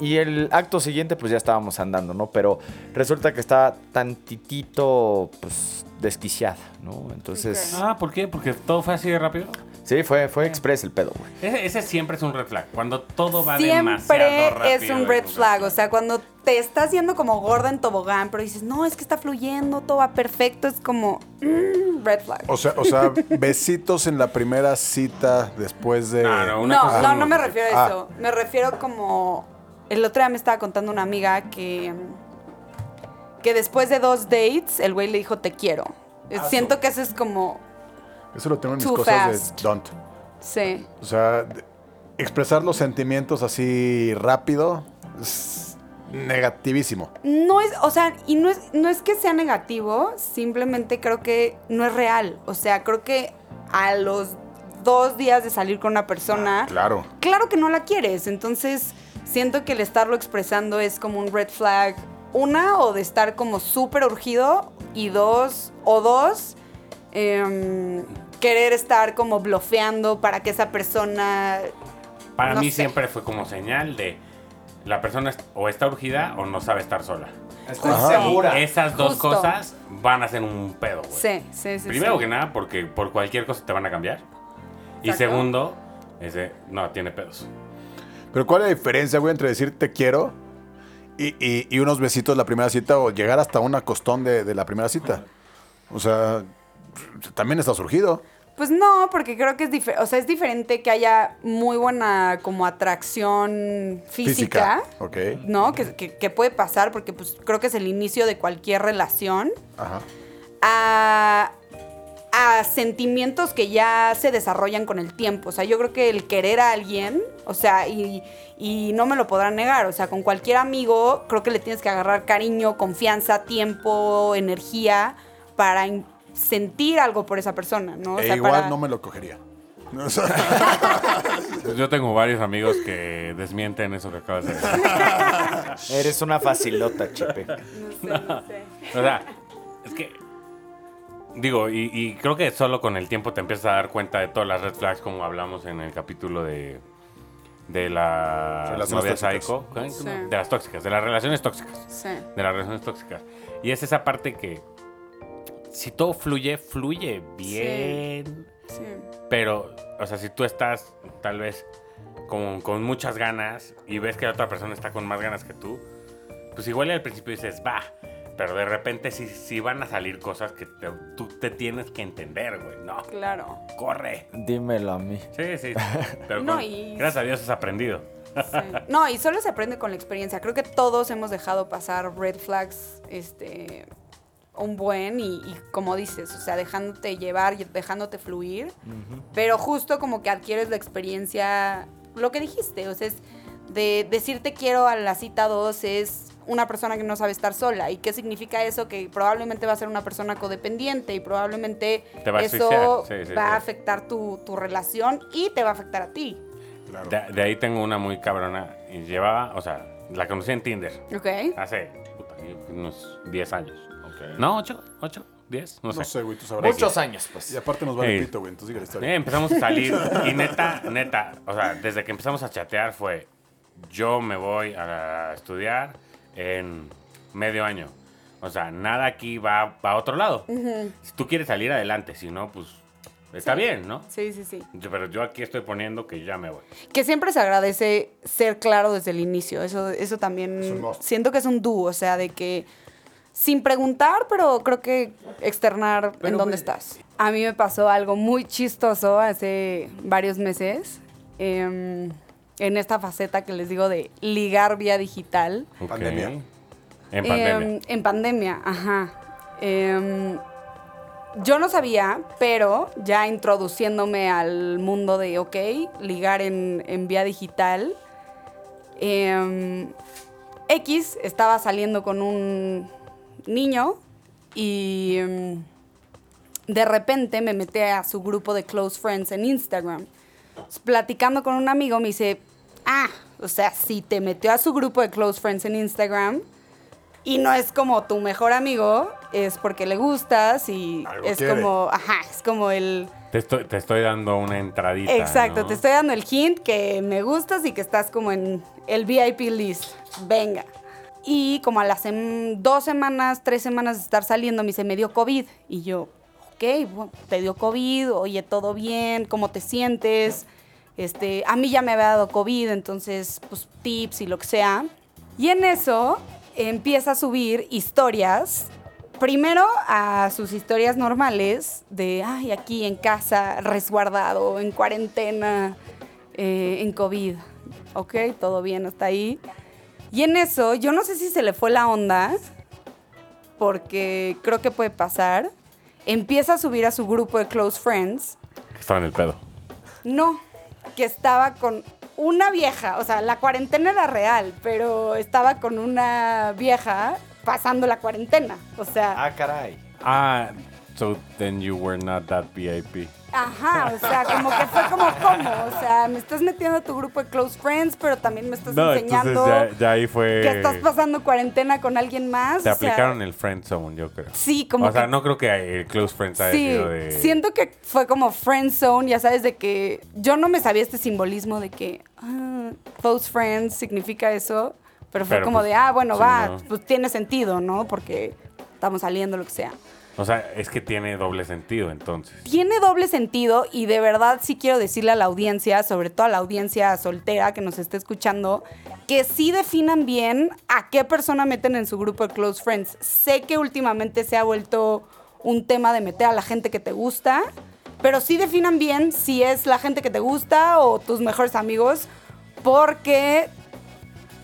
[SPEAKER 3] y el acto siguiente pues ya estábamos andando, ¿no? Pero resulta que está tantitito pues desquiciada, ¿no? Entonces...
[SPEAKER 4] Ah, ¿por qué? Porque todo fue así de rápido.
[SPEAKER 3] Sí, fue, fue express el pedo, güey.
[SPEAKER 4] Ese, ese siempre es un red flag. Cuando todo va demasiado rápido.
[SPEAKER 5] Siempre es un red
[SPEAKER 4] güey.
[SPEAKER 5] flag. O sea, cuando te estás yendo como gorda en tobogán, pero dices, no, es que está fluyendo, todo va perfecto, es como mm, red flag.
[SPEAKER 2] O sea, o sea, besitos en la primera cita después de.
[SPEAKER 4] No, no, una
[SPEAKER 5] No,
[SPEAKER 4] cosa
[SPEAKER 5] no,
[SPEAKER 4] es-
[SPEAKER 5] no me refiero
[SPEAKER 2] Ah.
[SPEAKER 5] a eso. Me refiero como. El otro día me estaba contando una amiga que. mm, que después de dos dates, el güey le dijo te quiero.
[SPEAKER 4] Ah,
[SPEAKER 5] Eh, Siento que eso es como.
[SPEAKER 2] Eso lo tengo en mis
[SPEAKER 5] Too
[SPEAKER 2] cosas
[SPEAKER 5] fast.
[SPEAKER 2] de don't.
[SPEAKER 5] Sí.
[SPEAKER 2] O sea, de- expresar los sentimientos así rápido es negativísimo.
[SPEAKER 5] No es, o sea, y no es, no es que sea negativo, simplemente creo que no es real. O sea, creo que a los dos días de salir con una persona,
[SPEAKER 2] Claro.
[SPEAKER 5] claro que no la quieres. Entonces, siento que el estarlo expresando es como un red flag. Una, o de estar como súper urgido. Y dos, o dos, em, querer estar como blofeando para que esa persona...
[SPEAKER 4] Para
[SPEAKER 5] no
[SPEAKER 4] mí
[SPEAKER 5] sé.
[SPEAKER 4] siempre fue como señal de la persona es- o está urgida o no sabe estar sola.
[SPEAKER 3] Estoy
[SPEAKER 2] Ajá.
[SPEAKER 3] segura.
[SPEAKER 4] Esas dos
[SPEAKER 5] Justo.
[SPEAKER 4] cosas van a ser un pedo, güey.
[SPEAKER 5] Sí, sí, sí.
[SPEAKER 4] Primero
[SPEAKER 5] sí.
[SPEAKER 4] que nada, porque por cualquier cosa te van a cambiar. Y
[SPEAKER 5] Exacto.
[SPEAKER 4] segundo, ese no tiene pedos.
[SPEAKER 2] Pero ¿cuál es la diferencia, güey, entre decir te quiero y, y- y unos besitos la primera cita o llegar hasta un acostón de, de la primera cita? O sea, también está surgido.
[SPEAKER 5] Pues no, porque creo que es diferente, o sea, es diferente que haya muy buena como atracción física,
[SPEAKER 2] Ok.
[SPEAKER 5] ¿no? Que, que- que puede pasar porque pues creo que es el inicio de cualquier relación.
[SPEAKER 2] Ajá.
[SPEAKER 5] a, a sentimientos que ya se desarrollan con el tiempo. O sea, yo creo que el querer a alguien, o sea, y, y no me lo podrán negar, o sea, con cualquier amigo creo que le tienes que agarrar cariño, confianza, tiempo, energía para in- sentir algo por esa persona, ¿no? O
[SPEAKER 2] e
[SPEAKER 5] sea,
[SPEAKER 2] igual
[SPEAKER 5] para-
[SPEAKER 2] no me lo cogería. O sea,
[SPEAKER 4] Yo tengo varios amigos que desmienten eso que acabas de decir.
[SPEAKER 3] Eres una facilota, Chepe.
[SPEAKER 5] No sé, no sé.
[SPEAKER 4] O sea, es que. Digo, y, y creo que solo con el tiempo te empiezas a dar cuenta de todas las red flags, como hablamos en el capítulo de. De la.
[SPEAKER 2] De las
[SPEAKER 4] novia
[SPEAKER 2] tóxicas.
[SPEAKER 4] psycho.
[SPEAKER 5] Sí.
[SPEAKER 4] De las tóxicas, de las relaciones tóxicas.
[SPEAKER 5] Sí.
[SPEAKER 4] de las relaciones tóxicas. Y es esa parte que si todo fluye, fluye bien.
[SPEAKER 5] Sí.
[SPEAKER 4] Pero, o sea, si tú estás tal vez con, con muchas ganas y ves que la otra persona está con más ganas que tú, pues igual y al principio dices, va. Pero de repente sí, sí van a salir cosas que te- tú te tienes que entender, güey. No,
[SPEAKER 5] Claro.
[SPEAKER 4] corre.
[SPEAKER 3] Dímelo a mí.
[SPEAKER 4] Sí, sí. Pero
[SPEAKER 5] No,
[SPEAKER 4] con-
[SPEAKER 5] y-
[SPEAKER 4] gracias a Dios has aprendido.
[SPEAKER 5] Sí. No, y solo se aprende con la experiencia. Creo que todos hemos dejado pasar red flags, este, un buen y, y como dices, o sea, dejándote llevar, y dejándote fluir, pero justo como que adquieres la experiencia, lo que dijiste, o sea, es de decirte quiero a la cita 2 es una persona que no sabe estar sola. ¿Y qué significa eso? Que probablemente va a ser una persona codependiente y probablemente
[SPEAKER 4] Te va a
[SPEAKER 5] eso
[SPEAKER 4] asfixiar. Sí, sí,
[SPEAKER 5] va
[SPEAKER 4] sí.
[SPEAKER 5] a afectar tu, tu relación y te va a afectar a ti.
[SPEAKER 4] De, de ahí tengo una muy cabrona. Y llevaba, o sea, la conocí en Tinder.
[SPEAKER 5] ¿Ok?
[SPEAKER 4] Hace puta, unos 10 años. No, 8, 8, 10, no sé.
[SPEAKER 2] no sé, güey, tú sabrás.
[SPEAKER 4] Mucho.
[SPEAKER 3] Muchos años,
[SPEAKER 2] Y
[SPEAKER 3] pues.
[SPEAKER 2] aparte nos vale
[SPEAKER 4] Ey.
[SPEAKER 2] pito, güey, entonces diga la
[SPEAKER 4] Eh,
[SPEAKER 2] historia.
[SPEAKER 4] empezamos a salir y neta, neta, o sea, desde que empezamos a chatear fue, yo me voy a estudiar en medio año. O sea, nada aquí va para otro lado. Si tú quieres salir adelante, si no, pues está bien, ¿no?
[SPEAKER 5] Sí, sí, sí.
[SPEAKER 4] Yo- Pero yo aquí estoy poniendo que ya me voy.
[SPEAKER 5] Que siempre se agradece ser claro desde el inicio. Eso, eso también
[SPEAKER 2] Es un must.
[SPEAKER 5] siento que es un dúo, o sea, de que sin preguntar, pero creo que externar en dónde estás. pues, A mí me pasó algo muy chistoso hace varios meses em, en esta faceta que les digo de ligar vía digital.
[SPEAKER 4] Ok.
[SPEAKER 2] Pandemia.
[SPEAKER 4] En
[SPEAKER 5] Em,
[SPEAKER 4] pandemia.
[SPEAKER 5] en pandemia, ajá. Em, yo no sabía, pero ya introduciéndome al mundo de, ok, ligar en, en vía digital, em, X estaba saliendo con un niño y em, de repente me metí a su grupo de close friends en Instagram. Entonces, Platicando con un amigo me dice, ah, o sea, si te metió a su grupo de close friends en Instagram, y no es como tu mejor amigo, es porque le gustas y
[SPEAKER 2] Algo
[SPEAKER 5] es
[SPEAKER 2] quiere.
[SPEAKER 5] como, ajá, es como el...
[SPEAKER 4] Te estoy, te estoy dando una entradita.
[SPEAKER 5] Exacto,
[SPEAKER 4] ¿no?
[SPEAKER 5] te estoy dando el hint que me gustas y que estás como en el VIP list. Venga. Y como a las sem- dos semanas, tres semanas de estar saliendo, me dice, me dio COVID. Y yo, ok, bueno, te dio COVID, oye, todo bien, ¿cómo te sientes? Este, a mí ya me había dado COVID, entonces, pues tips y lo que sea. Y en eso empieza a subir historias Primero a sus historias normales de, ay, aquí en casa, resguardado, en cuarentena, eh, en COVID. Ok, todo bien hasta ahí. Y en eso, yo no sé si se le fue la onda, porque creo que puede pasar. Empieza a subir a su grupo de close friends.
[SPEAKER 4] Estaba en el pedo.
[SPEAKER 5] No, que estaba con una vieja, o sea, la cuarentena era real, pero estaba con una vieja pasando la cuarentena. O sea...
[SPEAKER 3] Ah, caray.
[SPEAKER 4] Ah, so then you were not that VIP.
[SPEAKER 5] Ajá, o sea, como que fue como, ¿cómo? O sea, me estás metiendo a tu grupo de close friends, pero también me estás
[SPEAKER 4] No, entonces
[SPEAKER 5] enseñando
[SPEAKER 4] ya, ya ahí fue.
[SPEAKER 5] que estás pasando cuarentena con alguien más.
[SPEAKER 4] Te
[SPEAKER 5] o sea,
[SPEAKER 4] aplicaron el friend zone, yo creo.
[SPEAKER 5] Sí, como
[SPEAKER 4] O sea,
[SPEAKER 5] que-
[SPEAKER 4] no creo que el close friends haya
[SPEAKER 5] Sí,
[SPEAKER 4] sido de.
[SPEAKER 5] siento que fue como friend zone, ya sabes, de que yo no me sabía este simbolismo de que ah, close friends significa eso, pero fue
[SPEAKER 4] Pero,
[SPEAKER 5] como
[SPEAKER 4] pues,
[SPEAKER 5] de, ah, bueno,
[SPEAKER 4] sí,
[SPEAKER 5] va,
[SPEAKER 4] no.
[SPEAKER 5] pues tiene sentido, ¿no? Porque estamos saliendo, lo que sea.
[SPEAKER 4] O sea, es que tiene doble sentido entonces.
[SPEAKER 5] tiene doble sentido y de verdad sí quiero decirle a la audiencia, sobre todo a la audiencia soltera que nos esté escuchando, que sí definan bien a qué persona meten en su grupo de close friends. Sé que últimamente se ha vuelto un tema de meter a la gente que te gusta, pero sí definan bien si es la gente que te gusta o tus mejores amigos, porque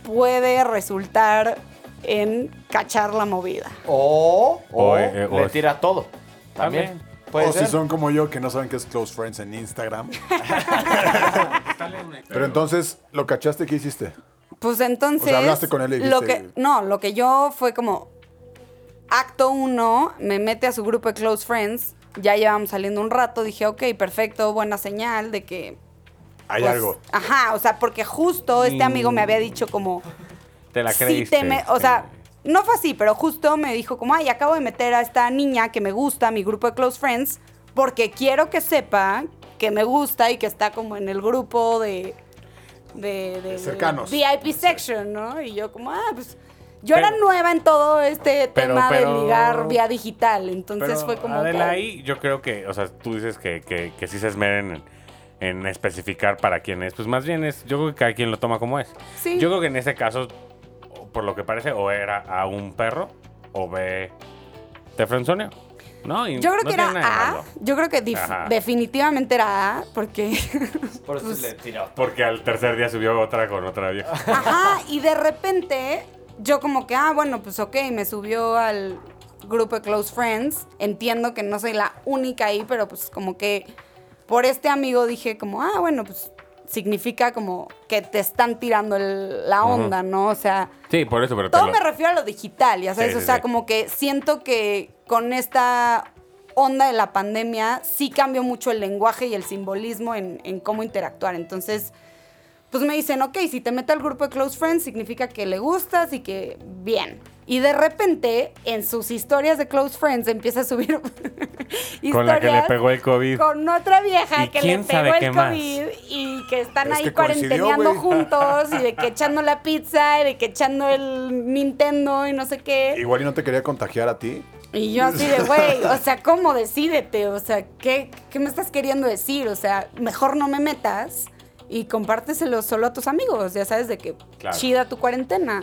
[SPEAKER 5] puede resultar en cachar la movida.
[SPEAKER 3] O, o,
[SPEAKER 4] O, eh, o
[SPEAKER 3] le
[SPEAKER 4] es-
[SPEAKER 3] tira todo. También. Puede
[SPEAKER 2] O
[SPEAKER 3] ser.
[SPEAKER 2] si son como yo que no saben qué es close friends en Instagram. Pero entonces, ¿lo cachaste? ¿Qué hiciste?
[SPEAKER 5] Pues entonces.
[SPEAKER 2] O sea, hablaste con él y
[SPEAKER 5] lo que,
[SPEAKER 2] dijiste-
[SPEAKER 5] No, lo que yo fue como. Acto uno, me mete a su grupo de close friends. Ya llevamos saliendo un rato. Dije, ok, perfecto, buena señal de que.
[SPEAKER 2] Hay
[SPEAKER 5] pues,
[SPEAKER 2] algo.
[SPEAKER 5] Ajá, o sea, porque justo este amigo me había dicho como.
[SPEAKER 4] Te la
[SPEAKER 5] "Sí
[SPEAKER 4] creíste.
[SPEAKER 5] te me- o sea, no fue así, pero justo me dijo como, ay, acabo de meter a esta niña que me gusta, a mi grupo de close friends, porque quiero que sepa que me gusta y que está como en el grupo de... De, de-
[SPEAKER 2] cercanos.
[SPEAKER 5] VIP section, ¿no? Y yo como, ah, pues... Yo era
[SPEAKER 4] Pero-
[SPEAKER 5] nueva en todo este
[SPEAKER 4] pero-
[SPEAKER 5] tema
[SPEAKER 4] pero-
[SPEAKER 5] de ligar vía digital, entonces
[SPEAKER 4] Pero,
[SPEAKER 5] fue como...
[SPEAKER 4] Adela,
[SPEAKER 5] que-
[SPEAKER 4] ahí yo creo que, o sea, tú dices que, que, que sí se esmeren en, en especificar para quién es. Pues más bien es, yo creo que cada quien lo toma como es.
[SPEAKER 5] Sí.
[SPEAKER 4] Yo creo que en ese caso, o por lo que parece, o era a un perro, o ve te frenzoneo. No, y
[SPEAKER 5] Yo creo
[SPEAKER 4] no
[SPEAKER 5] que
[SPEAKER 4] tiene
[SPEAKER 5] era
[SPEAKER 4] nada de
[SPEAKER 5] A,
[SPEAKER 4] malo.
[SPEAKER 5] yo creo que dif-
[SPEAKER 4] Ajá.
[SPEAKER 5] definitivamente era A, porque...
[SPEAKER 3] Por eso le tiró.
[SPEAKER 4] Porque al tercer día subió otra con otra vieja.
[SPEAKER 5] Ajá, y de repente yo como que, ah, bueno, pues ok, me subió al grupo de Close Friends. Entiendo que no soy la única ahí, pero pues como que por este amigo dije como, ah, bueno, pues significa como que te están tirando el- la onda, ¿no? O sea,
[SPEAKER 4] Sí, por eso, pero te
[SPEAKER 5] todo
[SPEAKER 4] lo-
[SPEAKER 5] me refiero a lo digital, ya sabes,
[SPEAKER 4] Sí,
[SPEAKER 5] o
[SPEAKER 4] sí,
[SPEAKER 5] sea,
[SPEAKER 4] sí.
[SPEAKER 5] como que siento que con esta onda de la pandemia sí cambió mucho el lenguaje y el simbolismo en, en cómo interactuar. Entonces, pues me dicen, ok, si te mete al grupo de Close Friends significa que le gustas y que bien. Y de repente, en sus historias de Close Friends empieza a subir
[SPEAKER 4] Con la que le
[SPEAKER 5] historias
[SPEAKER 4] pegó el COVID.
[SPEAKER 5] con otra vieja
[SPEAKER 4] ¿Y
[SPEAKER 5] que le
[SPEAKER 4] quién
[SPEAKER 5] pegó
[SPEAKER 4] sabe qué
[SPEAKER 5] el
[SPEAKER 4] más?
[SPEAKER 5] COVID y que están
[SPEAKER 2] Es
[SPEAKER 5] ahí
[SPEAKER 2] que coincidió,
[SPEAKER 5] cuarenteneando
[SPEAKER 2] güey.
[SPEAKER 5] juntos y de que echando la pizza y de que echando el Nintendo y no sé qué.
[SPEAKER 2] Igual y no te quería contagiar a ti.
[SPEAKER 5] Y yo así de, güey, o sea, ¿cómo decídete? O sea, ¿qué, ¿qué me estás queriendo decir? O sea, mejor no me metas y compárteselo solo a tus amigos. Ya sabes de que
[SPEAKER 4] Claro.
[SPEAKER 5] chida tu cuarentena.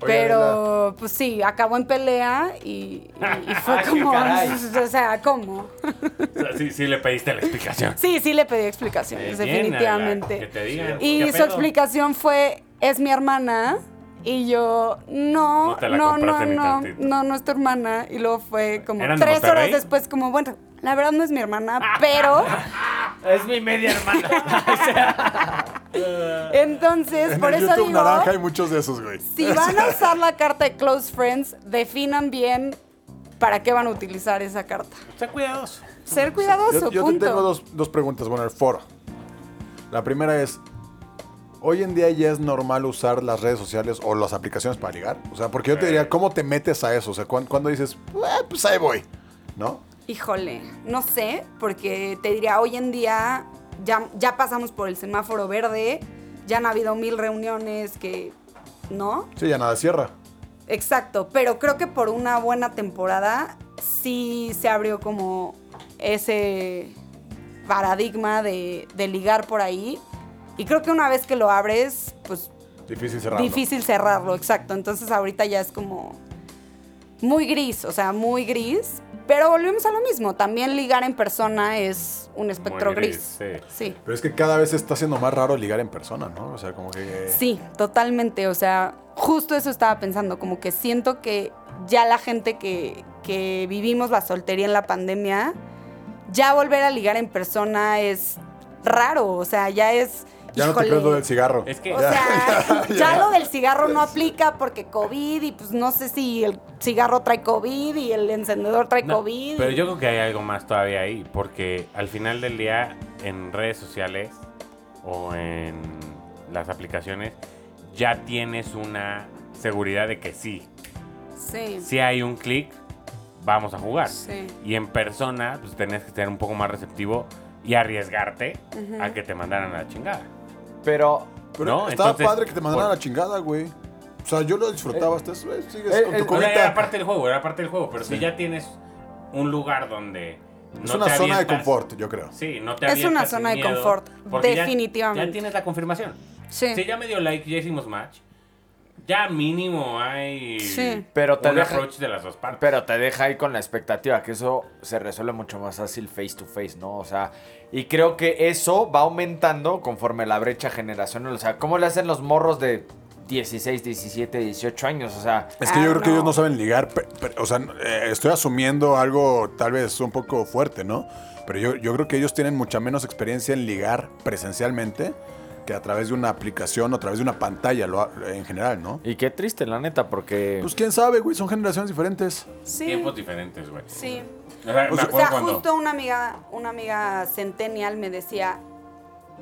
[SPEAKER 2] Oye,
[SPEAKER 5] Pero, pues sí, acabó en pelea y, y- y fue
[SPEAKER 3] Ay,
[SPEAKER 5] como,
[SPEAKER 3] caray.
[SPEAKER 5] o sea, ¿cómo?
[SPEAKER 4] O sea, sí, sí le pediste la explicación.
[SPEAKER 5] Sí, sí le pedí explicaciones,
[SPEAKER 4] Bien,
[SPEAKER 5] definitivamente.
[SPEAKER 4] Adela, que te digan. ¿Qué
[SPEAKER 5] Y su
[SPEAKER 4] pedo?
[SPEAKER 5] explicación fue, es mi hermana. Y yo, no,
[SPEAKER 4] No te la
[SPEAKER 5] no, no,
[SPEAKER 4] compraste ni
[SPEAKER 5] no,
[SPEAKER 4] tantito.
[SPEAKER 5] no, no es tu hermana. Y luego fue como
[SPEAKER 4] ¿Eran de
[SPEAKER 5] tres horas
[SPEAKER 4] Monterrey?
[SPEAKER 5] después, como, bueno, la verdad no es mi hermana, pero
[SPEAKER 3] Es mi media hermana.
[SPEAKER 5] entonces,
[SPEAKER 2] En
[SPEAKER 5] por
[SPEAKER 2] el
[SPEAKER 5] eso
[SPEAKER 2] YouTube
[SPEAKER 5] digo,
[SPEAKER 2] naranja hay muchos de esos, güey.
[SPEAKER 5] si van a usar la carta de Close Friends, definan bien para qué van a utilizar esa carta.
[SPEAKER 4] Sé cuidadoso.
[SPEAKER 5] Ser cuidadoso,
[SPEAKER 2] Yo, yo te
[SPEAKER 5] punto.
[SPEAKER 2] tengo dos, dos preguntas, bueno, el foro. La primera es, Hoy en día ya es normal usar las redes sociales o las aplicaciones para ligar. O sea, porque yo te diría, ¿cómo te metes a eso? O sea, ¿cuándo, cuándo dices, "Ah, pues ahí voy? ¿No?
[SPEAKER 5] Híjole, no sé, porque te diría, hoy en día ya, ya pasamos por el semáforo verde, ya han habido mil reuniones que... ¿No?
[SPEAKER 2] Sí, ya nada cierra.
[SPEAKER 5] Exacto, pero creo que por una buena temporada sí se abrió como ese paradigma de, de ligar por ahí. Y creo que una vez que lo abres, pues
[SPEAKER 2] Difícil cerrarlo.
[SPEAKER 5] difícil cerrarlo, exacto. Entonces ahorita ya es como muy gris, o sea, muy gris. Pero volvemos a lo mismo, también ligar en persona es un espectro
[SPEAKER 4] Muy
[SPEAKER 5] gris.
[SPEAKER 4] gris,
[SPEAKER 5] Sí.
[SPEAKER 2] Pero es que cada vez está siendo más raro ligar en persona, ¿no? O sea, como que...
[SPEAKER 5] Sí, totalmente. O sea, justo eso estaba pensando, como que siento que ya la gente que, que vivimos la soltería en la pandemia, ya volver a ligar en persona es raro. O sea, ya es...
[SPEAKER 2] Ya no te
[SPEAKER 5] híjole,
[SPEAKER 2] crees lo del cigarro.
[SPEAKER 4] Es que-
[SPEAKER 5] O
[SPEAKER 4] Ya,
[SPEAKER 5] sea, ya, lo del cigarro no aplica porque COVID y pues no sé si el cigarro trae COVID y el encendedor trae
[SPEAKER 4] No,
[SPEAKER 5] COVID.
[SPEAKER 4] Pero yo creo que hay algo más todavía ahí, porque al final del día en redes sociales o en las aplicaciones ya tienes una seguridad de que sí,
[SPEAKER 5] Sí.
[SPEAKER 4] si hay un clic, vamos a jugar.
[SPEAKER 5] Sí.
[SPEAKER 4] Y en persona, pues tenías que ser un poco más receptivo y arriesgarte a que te mandaran a la chingada.
[SPEAKER 3] Pero
[SPEAKER 2] Pero
[SPEAKER 4] No,
[SPEAKER 2] estaba
[SPEAKER 4] entonces,
[SPEAKER 2] padre que te mandaran
[SPEAKER 4] por-
[SPEAKER 2] a la chingada, güey. O sea, yo lo disfrutaba. Estás, eh, sigues
[SPEAKER 3] eh,
[SPEAKER 2] con
[SPEAKER 3] eh,
[SPEAKER 2] tu
[SPEAKER 3] o sea,
[SPEAKER 4] O sea,
[SPEAKER 2] cubita.
[SPEAKER 4] era parte del juego, era parte del juego. Pero si ya tienes un lugar donde.
[SPEAKER 2] es
[SPEAKER 4] no
[SPEAKER 2] una
[SPEAKER 4] te
[SPEAKER 2] zona de
[SPEAKER 4] avientas-
[SPEAKER 2] confort, yo creo.
[SPEAKER 4] Sí, no te
[SPEAKER 5] Es
[SPEAKER 4] avientas
[SPEAKER 5] una zona
[SPEAKER 4] sin
[SPEAKER 5] de
[SPEAKER 4] miedo,
[SPEAKER 5] confort,
[SPEAKER 4] porque ya-
[SPEAKER 5] definitivamente.
[SPEAKER 4] Ya, tienes la confirmación.
[SPEAKER 5] Sí.
[SPEAKER 4] Si ya me dio like, ya hicimos match. Ya mínimo hay.
[SPEAKER 5] Sí.
[SPEAKER 3] Pero te
[SPEAKER 4] un
[SPEAKER 3] deja-
[SPEAKER 4] approach de las dos partes.
[SPEAKER 3] Pero te deja ahí con la expectativa, que eso se resuelve mucho más fácil face to face, ¿no? O sea, y creo que eso va aumentando conforme la brecha generacional. O sea, ¿cómo le hacen los morros de 16, 17, 18 años? O sea,
[SPEAKER 2] Es que
[SPEAKER 5] Ah,
[SPEAKER 2] yo creo que
[SPEAKER 5] no.
[SPEAKER 2] ellos no saben ligar. pe- pe- o sea, eh, estoy asumiendo algo tal vez un poco fuerte, ¿no? Pero yo, yo creo que ellos tienen mucha menos experiencia en ligar presencialmente que a través de una aplicación o a través de una pantalla lo ha- en general, ¿no?
[SPEAKER 3] y qué triste, la neta, porque...
[SPEAKER 2] Pues quién sabe, güey, son generaciones diferentes.
[SPEAKER 5] Sí.
[SPEAKER 4] Tiempos diferentes, güey.
[SPEAKER 5] Sí.
[SPEAKER 4] O sea, me
[SPEAKER 5] O sea,
[SPEAKER 4] acuerdo cuando.
[SPEAKER 5] justo una amiga, una amiga centennial me decía,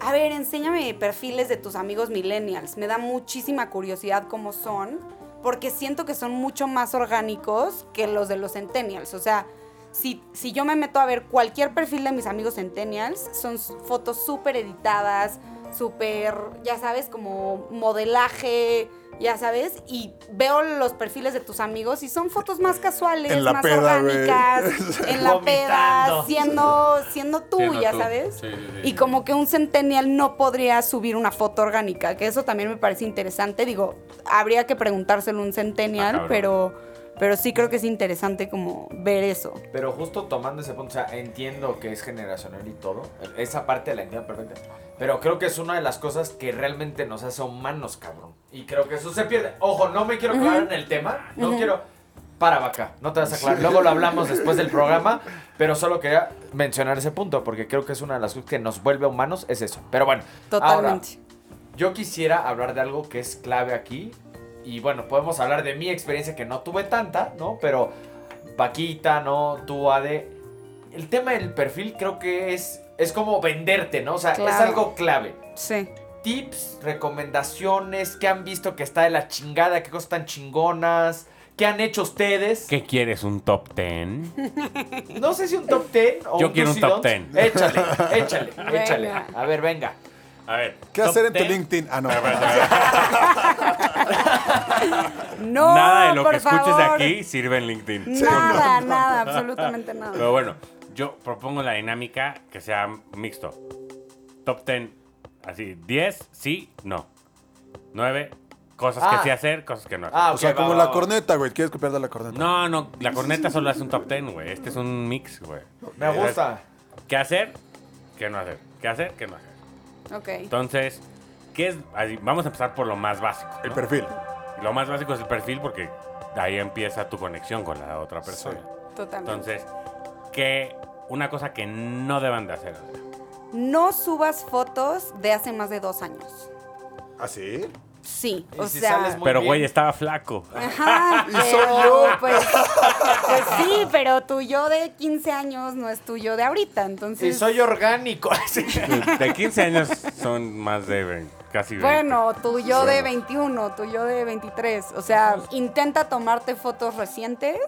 [SPEAKER 5] a ver, enséñame perfiles de tus amigos millennials. Me da muchísima curiosidad cómo son, porque siento que son mucho más orgánicos que los de los centennials. O sea, si, si yo me meto a ver cualquier perfil de mis amigos centennials, son s- fotos súper editadas, súper, ya sabes, como modelaje. Ya sabes, y veo los perfiles de tus amigos y son fotos más casuales,
[SPEAKER 2] En la
[SPEAKER 5] más
[SPEAKER 2] peda, güey.
[SPEAKER 5] orgánicas, en la peda,
[SPEAKER 4] Vomitando.
[SPEAKER 5] siendo, siendo tú,
[SPEAKER 4] Siendo
[SPEAKER 5] ya
[SPEAKER 4] tú.
[SPEAKER 5] sabes.
[SPEAKER 4] Sí, sí, sí.
[SPEAKER 5] Y como que un centennial no podría subir una foto orgánica, que eso también me parece interesante. Digo, habría que preguntárselo a un
[SPEAKER 4] Ah,
[SPEAKER 5] centennial,
[SPEAKER 4] cabrón.
[SPEAKER 5] pero, pero sí creo que es interesante como ver eso.
[SPEAKER 3] Pero justo tomando ese punto, o sea, entiendo que es generacional y todo. Esa parte la entiendo perfecta. Pero creo que es una de las cosas que realmente nos hace humanos, cabrón. Y creo que eso se pierde. Ojo, no me quiero clavar en el tema. No quiero. Para vaca, no te vas a aclarar. Luego lo hablamos después del programa. Pero solo quería mencionar ese punto porque creo que es una de las cosas que nos vuelve humanos, es eso. Pero bueno, ahora,
[SPEAKER 5] Totalmente.
[SPEAKER 3] yo quisiera hablar de algo que es clave aquí. Y bueno, podemos hablar de mi experiencia que no tuve tanta, ¿no? Pero Paquita, ¿no? Tú, Ade. El tema del perfil creo que es, es como venderte, ¿no? O sea, es
[SPEAKER 5] Claro.
[SPEAKER 3] algo clave.
[SPEAKER 5] Sí.
[SPEAKER 3] Tips, recomendaciones, qué han visto que está de la chingada, qué cosas tan chingonas, qué han hecho ustedes.
[SPEAKER 4] ¿Qué quieres? ¿Un top ten?
[SPEAKER 3] No sé si un top 10 o
[SPEAKER 4] Yo
[SPEAKER 3] un
[SPEAKER 4] quiero
[SPEAKER 3] do's
[SPEAKER 4] un
[SPEAKER 3] y
[SPEAKER 4] top
[SPEAKER 3] don'ts.
[SPEAKER 4] 10.
[SPEAKER 3] Échale, échale, échale.
[SPEAKER 5] Venga.
[SPEAKER 3] A ver, venga.
[SPEAKER 4] A ver.
[SPEAKER 2] ¿Qué
[SPEAKER 4] top
[SPEAKER 2] hacer en tu
[SPEAKER 4] 10.
[SPEAKER 2] LinkedIn? Ah, no.
[SPEAKER 5] No,
[SPEAKER 4] Nada de lo
[SPEAKER 5] por
[SPEAKER 4] que escuches
[SPEAKER 5] favor.
[SPEAKER 4] de aquí sirve en LinkedIn.
[SPEAKER 5] Nada, nada, absolutamente
[SPEAKER 4] Pero
[SPEAKER 5] nada.
[SPEAKER 4] bueno, yo propongo la dinámica que sea mixto. Top 10, así, 10, sí, no. 9, cosas
[SPEAKER 3] Ah.
[SPEAKER 4] que sí hacer, cosas que no hacer.
[SPEAKER 3] Ah,
[SPEAKER 2] O sea,
[SPEAKER 3] ok, va,
[SPEAKER 2] como
[SPEAKER 3] va,
[SPEAKER 2] la
[SPEAKER 3] va.
[SPEAKER 2] corneta, güey. ¿Quieres copiar de la corneta?
[SPEAKER 4] No, no, la corneta solo hace un top 10, güey. Este es un mix, güey.
[SPEAKER 3] Me gusta.
[SPEAKER 4] ¿Qué hacer? ¿Qué no hacer? ¿Qué hacer? ¿Qué no hacer?
[SPEAKER 5] Ok.
[SPEAKER 4] Entonces, ¿qué es? así, vamos a empezar por lo más básico. ¿no?
[SPEAKER 2] El perfil.
[SPEAKER 4] Lo más básico es el perfil porque ahí empieza tu conexión con la otra persona.
[SPEAKER 5] Totalmente.
[SPEAKER 4] Entonces, que una cosa que no deban de hacer.
[SPEAKER 5] No subas fotos de hace más de dos años.
[SPEAKER 2] ¿Ah, sí?
[SPEAKER 5] Sí,
[SPEAKER 3] Y
[SPEAKER 5] o
[SPEAKER 3] si
[SPEAKER 5] sea.
[SPEAKER 3] sales muy-
[SPEAKER 4] Pero,
[SPEAKER 3] bien.
[SPEAKER 4] güey, estaba flaco.
[SPEAKER 5] Ajá, Ah, pero,
[SPEAKER 2] soy yo.
[SPEAKER 5] pues, Pues sí, pero tu yo de 15 años no es tu yo de ahorita,
[SPEAKER 3] Si
[SPEAKER 5] entonces...
[SPEAKER 3] soy orgánico. así.
[SPEAKER 4] De 15 años son más de 20, casi 20.
[SPEAKER 5] Bueno, tu yo de 21, tu yo de 23. O sea, intenta tomarte fotos recientes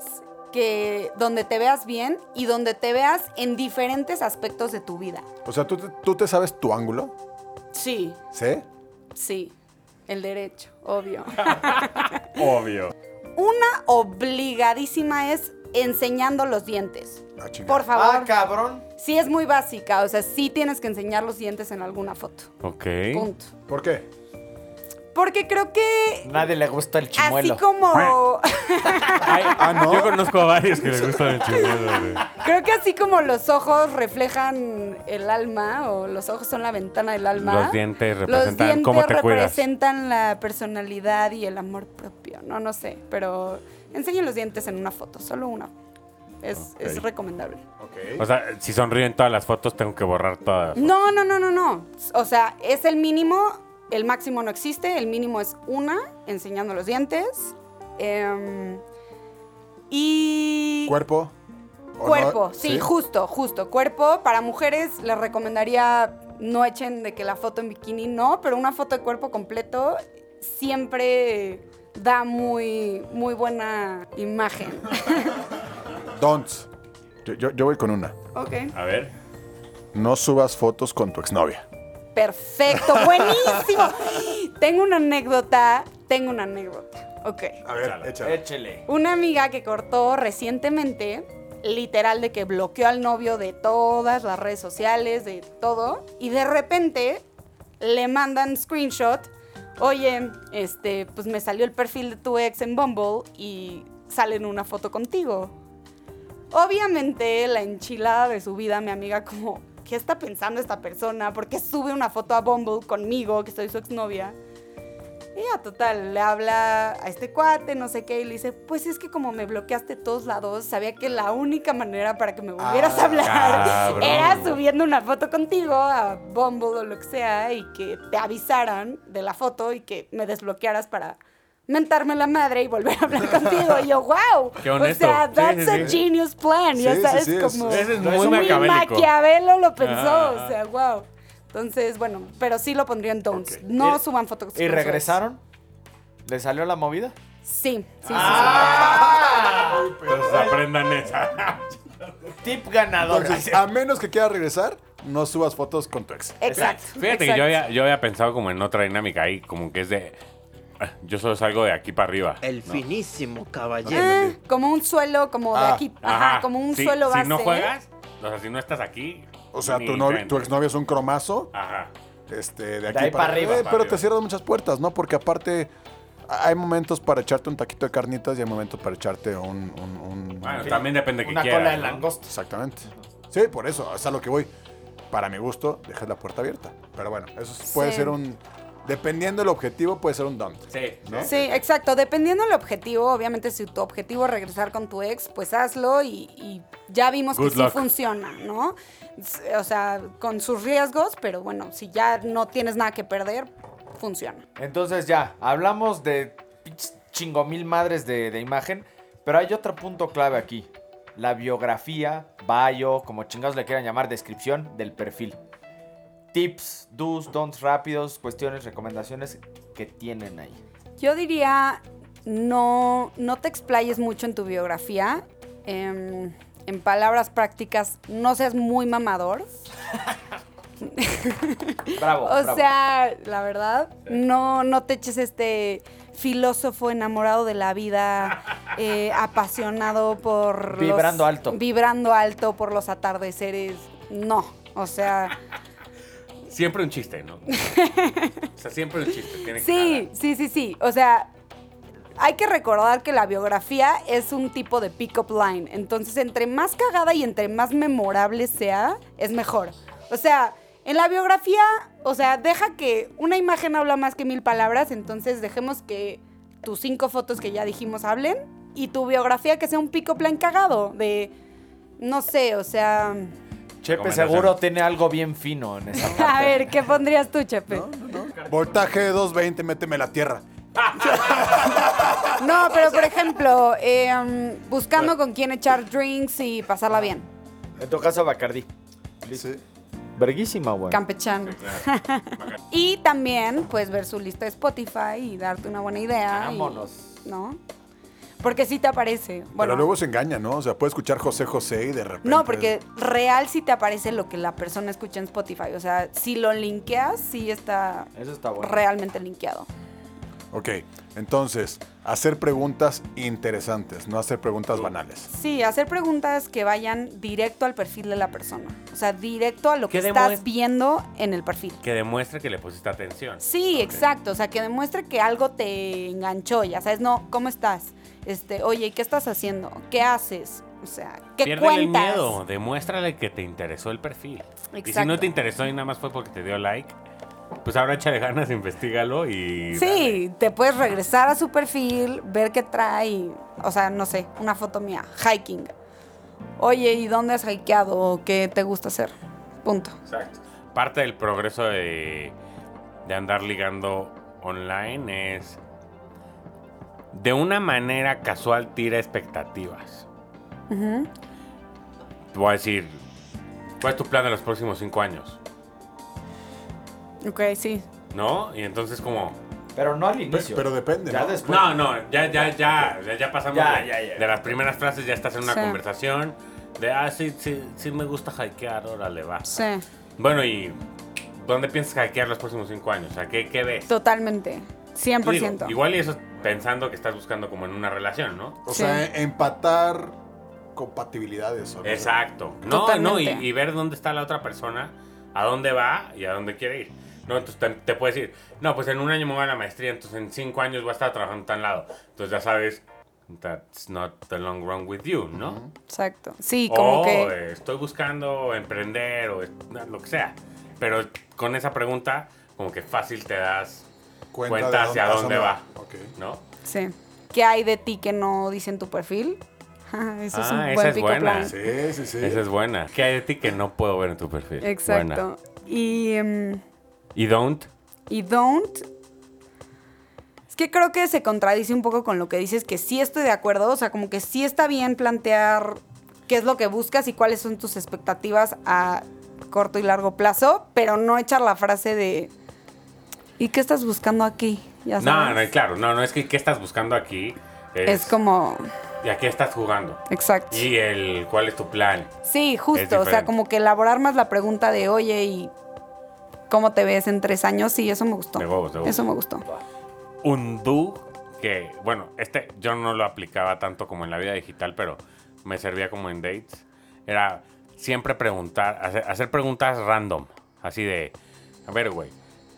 [SPEAKER 5] que donde te veas bien y donde te veas en diferentes aspectos de tu vida.
[SPEAKER 2] O sea, ¿tú te, tú te sabes tu ángulo?
[SPEAKER 5] Sí,
[SPEAKER 2] ¿Sí?
[SPEAKER 5] sí. El derecho, obvio.
[SPEAKER 4] obvio.
[SPEAKER 5] Una obligadísima es enseñando los dientes.
[SPEAKER 2] Ah, chinga.
[SPEAKER 5] Por
[SPEAKER 3] Ah,
[SPEAKER 5] favor.
[SPEAKER 3] cabrón.
[SPEAKER 5] Sí es muy básica, o sea, sí tienes que enseñar los dientes en alguna foto.
[SPEAKER 4] Ok.
[SPEAKER 5] Punto.
[SPEAKER 2] ¿Por qué?
[SPEAKER 5] Porque creo que
[SPEAKER 3] Nadie le gusta el chimuelo.
[SPEAKER 5] así como
[SPEAKER 4] Ay,
[SPEAKER 2] ¿no?
[SPEAKER 4] Yo conozco a varios que les gustan el chimuelo. güey.
[SPEAKER 5] Creo que así como los ojos reflejan el alma, o los ojos son la ventana del alma.
[SPEAKER 4] Los dientes
[SPEAKER 5] los
[SPEAKER 4] representan
[SPEAKER 5] dientes
[SPEAKER 4] cómo te cuidas.
[SPEAKER 5] representan la personalidad y el amor propio. No, no sé, pero enseñen los dientes en una foto, solo una. Es, es recomendable.
[SPEAKER 4] O sea, si sonríen todas las fotos, tengo que borrar todas.
[SPEAKER 5] No, no, no, no, no. O sea, es el mínimo, el máximo no existe, el mínimo es una, enseñando los dientes. Em, y...
[SPEAKER 2] ¿Cuerpo? ¿O no?
[SPEAKER 5] Cuerpo, sí, justo, justo. Cuerpo, para mujeres les recomendaría no echen de que la foto en bikini, no, pero una foto de cuerpo completo siempre da muy, muy buena imagen.
[SPEAKER 2] Don'ts. Yo, yo- yo voy con una.
[SPEAKER 5] ok.
[SPEAKER 4] A ver.
[SPEAKER 2] No subas fotos con tu exnovia.
[SPEAKER 5] Perfecto, buenísimo. tengo una anécdota, tengo una anécdota. Ok.
[SPEAKER 2] A ver, échala.
[SPEAKER 3] Échele.
[SPEAKER 5] Una amiga que cortó recientemente, literal de que bloqueó al novio de todas las redes sociales, de todo, y de repente le mandan screenshot, oye, este, pues me salió el perfil de tu ex en Bumble y salen una foto contigo. Obviamente la enchilada de su vida, mi amiga como, ¿qué está pensando esta persona? ¿Por qué sube una foto a Bumble conmigo, que soy su exnovia? Y ya, total, le habla a este cuate, no sé qué, y le dice, pues es que como me bloqueaste de todos lados, sabía que la única manera para que me volvieras a hablar
[SPEAKER 4] cabrón.
[SPEAKER 5] era subiendo una foto contigo a Bumble o lo que sea y que te avisaran de la foto y que me desbloquearas para mentarme la madre y volver a hablar contigo. Y yo, wow.
[SPEAKER 4] Qué
[SPEAKER 5] o
[SPEAKER 4] honesto.
[SPEAKER 5] sea,
[SPEAKER 4] Sí,
[SPEAKER 5] that's
[SPEAKER 4] sí,
[SPEAKER 5] a
[SPEAKER 4] sí.
[SPEAKER 5] genius plan. ya
[SPEAKER 2] Sí, sí,
[SPEAKER 5] sabes,
[SPEAKER 2] sí, es-
[SPEAKER 5] como...
[SPEAKER 4] Ese es
[SPEAKER 3] No,
[SPEAKER 4] muy
[SPEAKER 3] es un
[SPEAKER 5] Ni
[SPEAKER 4] maquiavélico.
[SPEAKER 5] Maquiavelo lo pensó,
[SPEAKER 4] Ah.
[SPEAKER 5] o sea, wow. Entonces, bueno, pero sí lo pondría en don'ts.
[SPEAKER 2] Ok.
[SPEAKER 5] No
[SPEAKER 3] ¿Y-
[SPEAKER 5] suban fotos. con
[SPEAKER 3] ¿Y
[SPEAKER 5] sus
[SPEAKER 3] regresaron? ¿Le salió la movida?
[SPEAKER 5] ex. Sí, sí, sí. sí.
[SPEAKER 4] Ah. Entonces aprendan esa.
[SPEAKER 3] Tip ganador.
[SPEAKER 2] Entonces, ah, a menos que quieras regresar, no subas fotos con tu ex.
[SPEAKER 5] Exacto.
[SPEAKER 4] Fíjate que
[SPEAKER 5] exacto.
[SPEAKER 4] yo había, yo había pensado como en otra dinámica ahí, como que es de. ah, Yo solo salgo de aquí para arriba.
[SPEAKER 6] El finísimo
[SPEAKER 2] Eh,
[SPEAKER 6] caballero.
[SPEAKER 5] Ah, como un suelo, como de
[SPEAKER 2] Ah,
[SPEAKER 5] aquí, ajá, como un
[SPEAKER 4] Sí,
[SPEAKER 5] suelo base. ¿eh?
[SPEAKER 4] Si no juegas, o sea, si no estás aquí.
[SPEAKER 2] O sea,
[SPEAKER 4] ni
[SPEAKER 2] tu, novio,
[SPEAKER 4] frente.
[SPEAKER 2] tu exnovia es un cromazo.
[SPEAKER 4] Ajá.
[SPEAKER 2] Este, de aquí
[SPEAKER 3] ahí para arriba,
[SPEAKER 2] Eh,
[SPEAKER 4] Ah. para
[SPEAKER 2] pero
[SPEAKER 4] arriba.
[SPEAKER 2] te cierras muchas puertas, ¿no? Porque aparte a- hay momentos para echarte un taquito de carnitas y hay momentos para echarte un... un- un-
[SPEAKER 4] Bueno, también depende de que
[SPEAKER 3] Una
[SPEAKER 4] quieras.
[SPEAKER 3] cola de
[SPEAKER 4] ¿no?
[SPEAKER 3] langosta.
[SPEAKER 2] Exactamente. Sí, por eso, es a lo que voy. Para mi gusto, dejas la puerta abierta. Pero bueno, eso es- puede
[SPEAKER 5] Sí.
[SPEAKER 2] ser un... Dependiendo del objetivo, puede ser un dump.
[SPEAKER 4] Sí,
[SPEAKER 2] ¿no?
[SPEAKER 5] Sí, exacto. Dependiendo del objetivo, obviamente, si tu objetivo es regresar con tu ex, pues hazlo y, y ya vimos
[SPEAKER 4] Good
[SPEAKER 5] que
[SPEAKER 4] luck.
[SPEAKER 5] sí funciona, ¿no? S- O sea, con sus riesgos, pero bueno, si ya no tienes nada que perder, funciona.
[SPEAKER 3] Entonces ya, hablamos de pinches chingo mil madres de, de imagen, pero hay otro punto clave aquí. La biografía, bio, como chingados le quieran llamar, descripción del perfil. Tips, do's, don'ts rápidos, cuestiones, recomendaciones que tienen ahí.
[SPEAKER 5] Yo diría, no, no te explayes mucho en tu biografía. Em, en palabras prácticas, no seas muy mamador.
[SPEAKER 3] Bravo.
[SPEAKER 5] O
[SPEAKER 3] Oh, bravo.
[SPEAKER 5] sea, la verdad, no, no te eches este filósofo enamorado de la vida, eh, apasionado por... los-
[SPEAKER 3] Vibrando alto.
[SPEAKER 5] Vibrando alto por los atardeceres. No, o sea...
[SPEAKER 4] Siempre un chiste, ¿no? o sea, siempre un chiste. Tiene que
[SPEAKER 5] Sí, sí, sí, sí. O sea, hay que recordar que la biografía es un tipo de pick-up line. Entonces, entre más cagada y entre más memorable sea, es mejor. O sea, en la biografía, o sea, deja que una imagen habla más que mil palabras. Entonces, dejemos que tus cinco fotos que ya dijimos hablen y tu biografía que sea un pick-up line cagado de, no sé, o sea...
[SPEAKER 3] Chepe
[SPEAKER 4] Recomendación.
[SPEAKER 3] seguro tiene algo bien fino en esa parte.
[SPEAKER 5] A ver, ¿qué pondrías tú, Chepe?
[SPEAKER 2] Voltaje 220, méteme la tierra.
[SPEAKER 5] No, pero por ejemplo, eh, um, buscando con quién echar drinks y pasarla bien.
[SPEAKER 2] Ah,
[SPEAKER 3] En tu caso, Bacardi.
[SPEAKER 2] Sí.
[SPEAKER 3] Verguísima, güey.
[SPEAKER 5] Campechano. y también, pues, ver su lista de Spotify y darte una buena idea. y-
[SPEAKER 3] Vámonos.
[SPEAKER 5] ¿No? Porque sí te aparece. Bueno,
[SPEAKER 2] Pero luego se engaña, ¿no? O sea, puede escuchar José José y de repente.
[SPEAKER 5] no, porque real sí te aparece lo que la persona escucha en Spotify. O sea, si lo linkeas, sí está
[SPEAKER 3] Eso está bueno.
[SPEAKER 5] realmente linkeado.
[SPEAKER 2] Ok, entonces, hacer preguntas interesantes, no hacer preguntas banales.
[SPEAKER 5] Sí, hacer preguntas que vayan directo al perfil de la persona. O sea, directo a lo que
[SPEAKER 4] Que
[SPEAKER 5] estás
[SPEAKER 4] demuest-
[SPEAKER 5] viendo en el perfil.
[SPEAKER 4] Que demuestre que le pusiste atención.
[SPEAKER 5] Sí, exacto. O sea, que demuestre que algo te enganchó, ya sabes, no, ¿cómo estás? Este, oye, ¿qué estás haciendo? ¿Qué haces? O sea, ¿qué
[SPEAKER 4] Piérdele
[SPEAKER 5] cuentas?
[SPEAKER 4] el miedo, demuéstrale que te interesó el perfil. Y si
[SPEAKER 5] Exacto.
[SPEAKER 4] no te interesó y nada más fue porque te dio like, pues ahora échale ganas, investigalo y...
[SPEAKER 5] Sí, te puedes regresar a su perfil, ver qué trae, y- o sea, no sé, una foto mía, hiking. Oye, ¿y dónde has hikeado? ¿O ¿Qué te gusta hacer? Punto.
[SPEAKER 4] Exacto. Parte del progreso de, de andar ligando online es de una manera casual tira expectativas.
[SPEAKER 5] Ujú.
[SPEAKER 4] Te voy a decir, ¿cuál es tu plan de los próximos cinco años?
[SPEAKER 5] Ok, sí.
[SPEAKER 4] ¿No? Y entonces como...
[SPEAKER 3] Pero no al
[SPEAKER 2] Pe-
[SPEAKER 3] inicio.
[SPEAKER 2] Pero depende.
[SPEAKER 3] ya
[SPEAKER 2] ¿no?
[SPEAKER 3] después.
[SPEAKER 4] No, no, ya, ya, ya, ya, ya pasamos
[SPEAKER 3] Pues, Ya,
[SPEAKER 4] de,
[SPEAKER 3] ya, ya.
[SPEAKER 4] de las primeras frases, ya estás en una
[SPEAKER 5] Sí.
[SPEAKER 4] conversación de, ah, sí, sí, sí me gusta hackear, órale, va.
[SPEAKER 5] Sí,
[SPEAKER 4] Bueno, y ¿dónde piensas hackear los próximos cinco años? O sea, ¿qué, qué ves?
[SPEAKER 5] totalmente. 100%.
[SPEAKER 4] Digo, igual y eso pensando que estás buscando como en una relación, ¿no?
[SPEAKER 2] O
[SPEAKER 5] Sí.
[SPEAKER 2] sea, empatar compatibilidades. ¿o no?
[SPEAKER 4] Exacto. No, no, y,
[SPEAKER 5] Totalmente.
[SPEAKER 4] y ver dónde está la otra persona, a dónde va y a dónde quiere ir. No, entonces te, te puedes decir, no, pues en un año me voy a la maestría, entonces en cinco años voy a estar trabajando en tal lado. Entonces ya sabes, that's not the long run with you, ¿no?
[SPEAKER 5] Exacto. Sí, como
[SPEAKER 4] o
[SPEAKER 5] que...
[SPEAKER 4] eh, estoy buscando emprender o es- lo que sea. Pero con esa pregunta, como que fácil te das cuenta,
[SPEAKER 2] de
[SPEAKER 4] hacia dónde va,
[SPEAKER 2] Ok.
[SPEAKER 4] ¿no?
[SPEAKER 5] Sí. ¿Qué hay de ti que no dice en tu perfil? Eso es
[SPEAKER 4] Ah,
[SPEAKER 5] un
[SPEAKER 4] esa
[SPEAKER 5] buen
[SPEAKER 4] es
[SPEAKER 5] pico
[SPEAKER 4] buena.
[SPEAKER 5] plan.
[SPEAKER 4] Sí.
[SPEAKER 2] Sí, sí, sí.
[SPEAKER 4] Esa es buena. ¿Qué hay de ti que no puedo ver en tu perfil?
[SPEAKER 5] Exacto.
[SPEAKER 4] Buena.
[SPEAKER 5] Y, em,
[SPEAKER 4] ¿Y don't?
[SPEAKER 5] y don't. Es que creo que se contradice un poco con lo que dices, que sí estoy de acuerdo. O sea, como que sí está bien plantear qué es lo que buscas y cuáles son tus expectativas a corto y largo plazo, pero no echar la frase de ¿y qué estás buscando aquí? Ya
[SPEAKER 4] No,
[SPEAKER 5] sabes.
[SPEAKER 4] no, claro. No, no, es que ¿qué estás buscando aquí?
[SPEAKER 5] es, como.
[SPEAKER 4] ¿Y a qué estás jugando?
[SPEAKER 5] Exacto.
[SPEAKER 4] Y el cuál es tu plan.
[SPEAKER 5] Sí,
[SPEAKER 4] Es
[SPEAKER 5] justo, o sea,
[SPEAKER 4] diferente.
[SPEAKER 5] como que elaborar más la pregunta de, oye, ¿y cómo te ves en tres años? Sí, eso me gustó.
[SPEAKER 4] De huevos, de huevos.
[SPEAKER 5] Eso me gustó.
[SPEAKER 4] un do que, bueno, este yo no lo aplicaba tanto como en la vida digital, pero me servía como en dates. Era siempre preguntar, hacer, hacer preguntas random, así de, a ver, güey,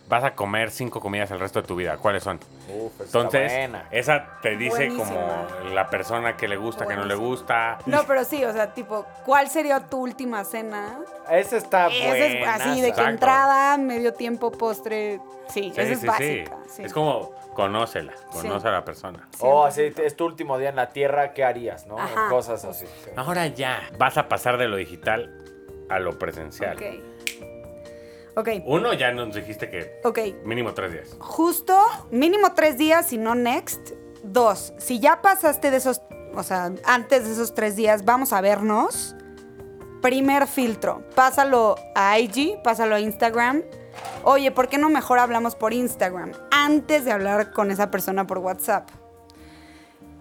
[SPEAKER 4] vas a comer cinco comidas el resto de tu vida, ¿cuáles son?
[SPEAKER 3] Uf, está
[SPEAKER 4] Entonces,
[SPEAKER 3] buena.
[SPEAKER 4] esa te dice
[SPEAKER 5] Buenísima.
[SPEAKER 4] como la persona que le gusta, que no le
[SPEAKER 5] Buenísima.
[SPEAKER 4] gusta.
[SPEAKER 5] No, pero sí, o sea, tipo, ¿cuál sería tu última cena?
[SPEAKER 3] Esa está buena.
[SPEAKER 5] Esa es así de que
[SPEAKER 4] Exacto.
[SPEAKER 5] entrada, medio tiempo, postre. Sí,
[SPEAKER 4] Sí,
[SPEAKER 5] esa es
[SPEAKER 4] sí, sí.
[SPEAKER 5] básica. sí.
[SPEAKER 4] Es como, conócela, conoce
[SPEAKER 5] Sí.
[SPEAKER 4] a la persona.
[SPEAKER 3] Oh, sí, es tu último día en la tierra, ¿qué harías, no?
[SPEAKER 5] Ajá.
[SPEAKER 3] Cosas así.
[SPEAKER 4] Ahora ya, vas a pasar de lo digital a lo presencial.
[SPEAKER 5] Ok. Ok,
[SPEAKER 4] Uno, ya nos dijiste que
[SPEAKER 5] ok.
[SPEAKER 4] Mínimo tres días.
[SPEAKER 5] justo, mínimo tres días, si no next. Dos, si ya pasaste de esos, o sea, antes de esos tres días, vamos a vernos. Primer filtro, pásalo a IG, pásalo a Instagram. Oye, ¿por qué no mejor hablamos por Instagram antes de hablar con esa persona por WhatsApp?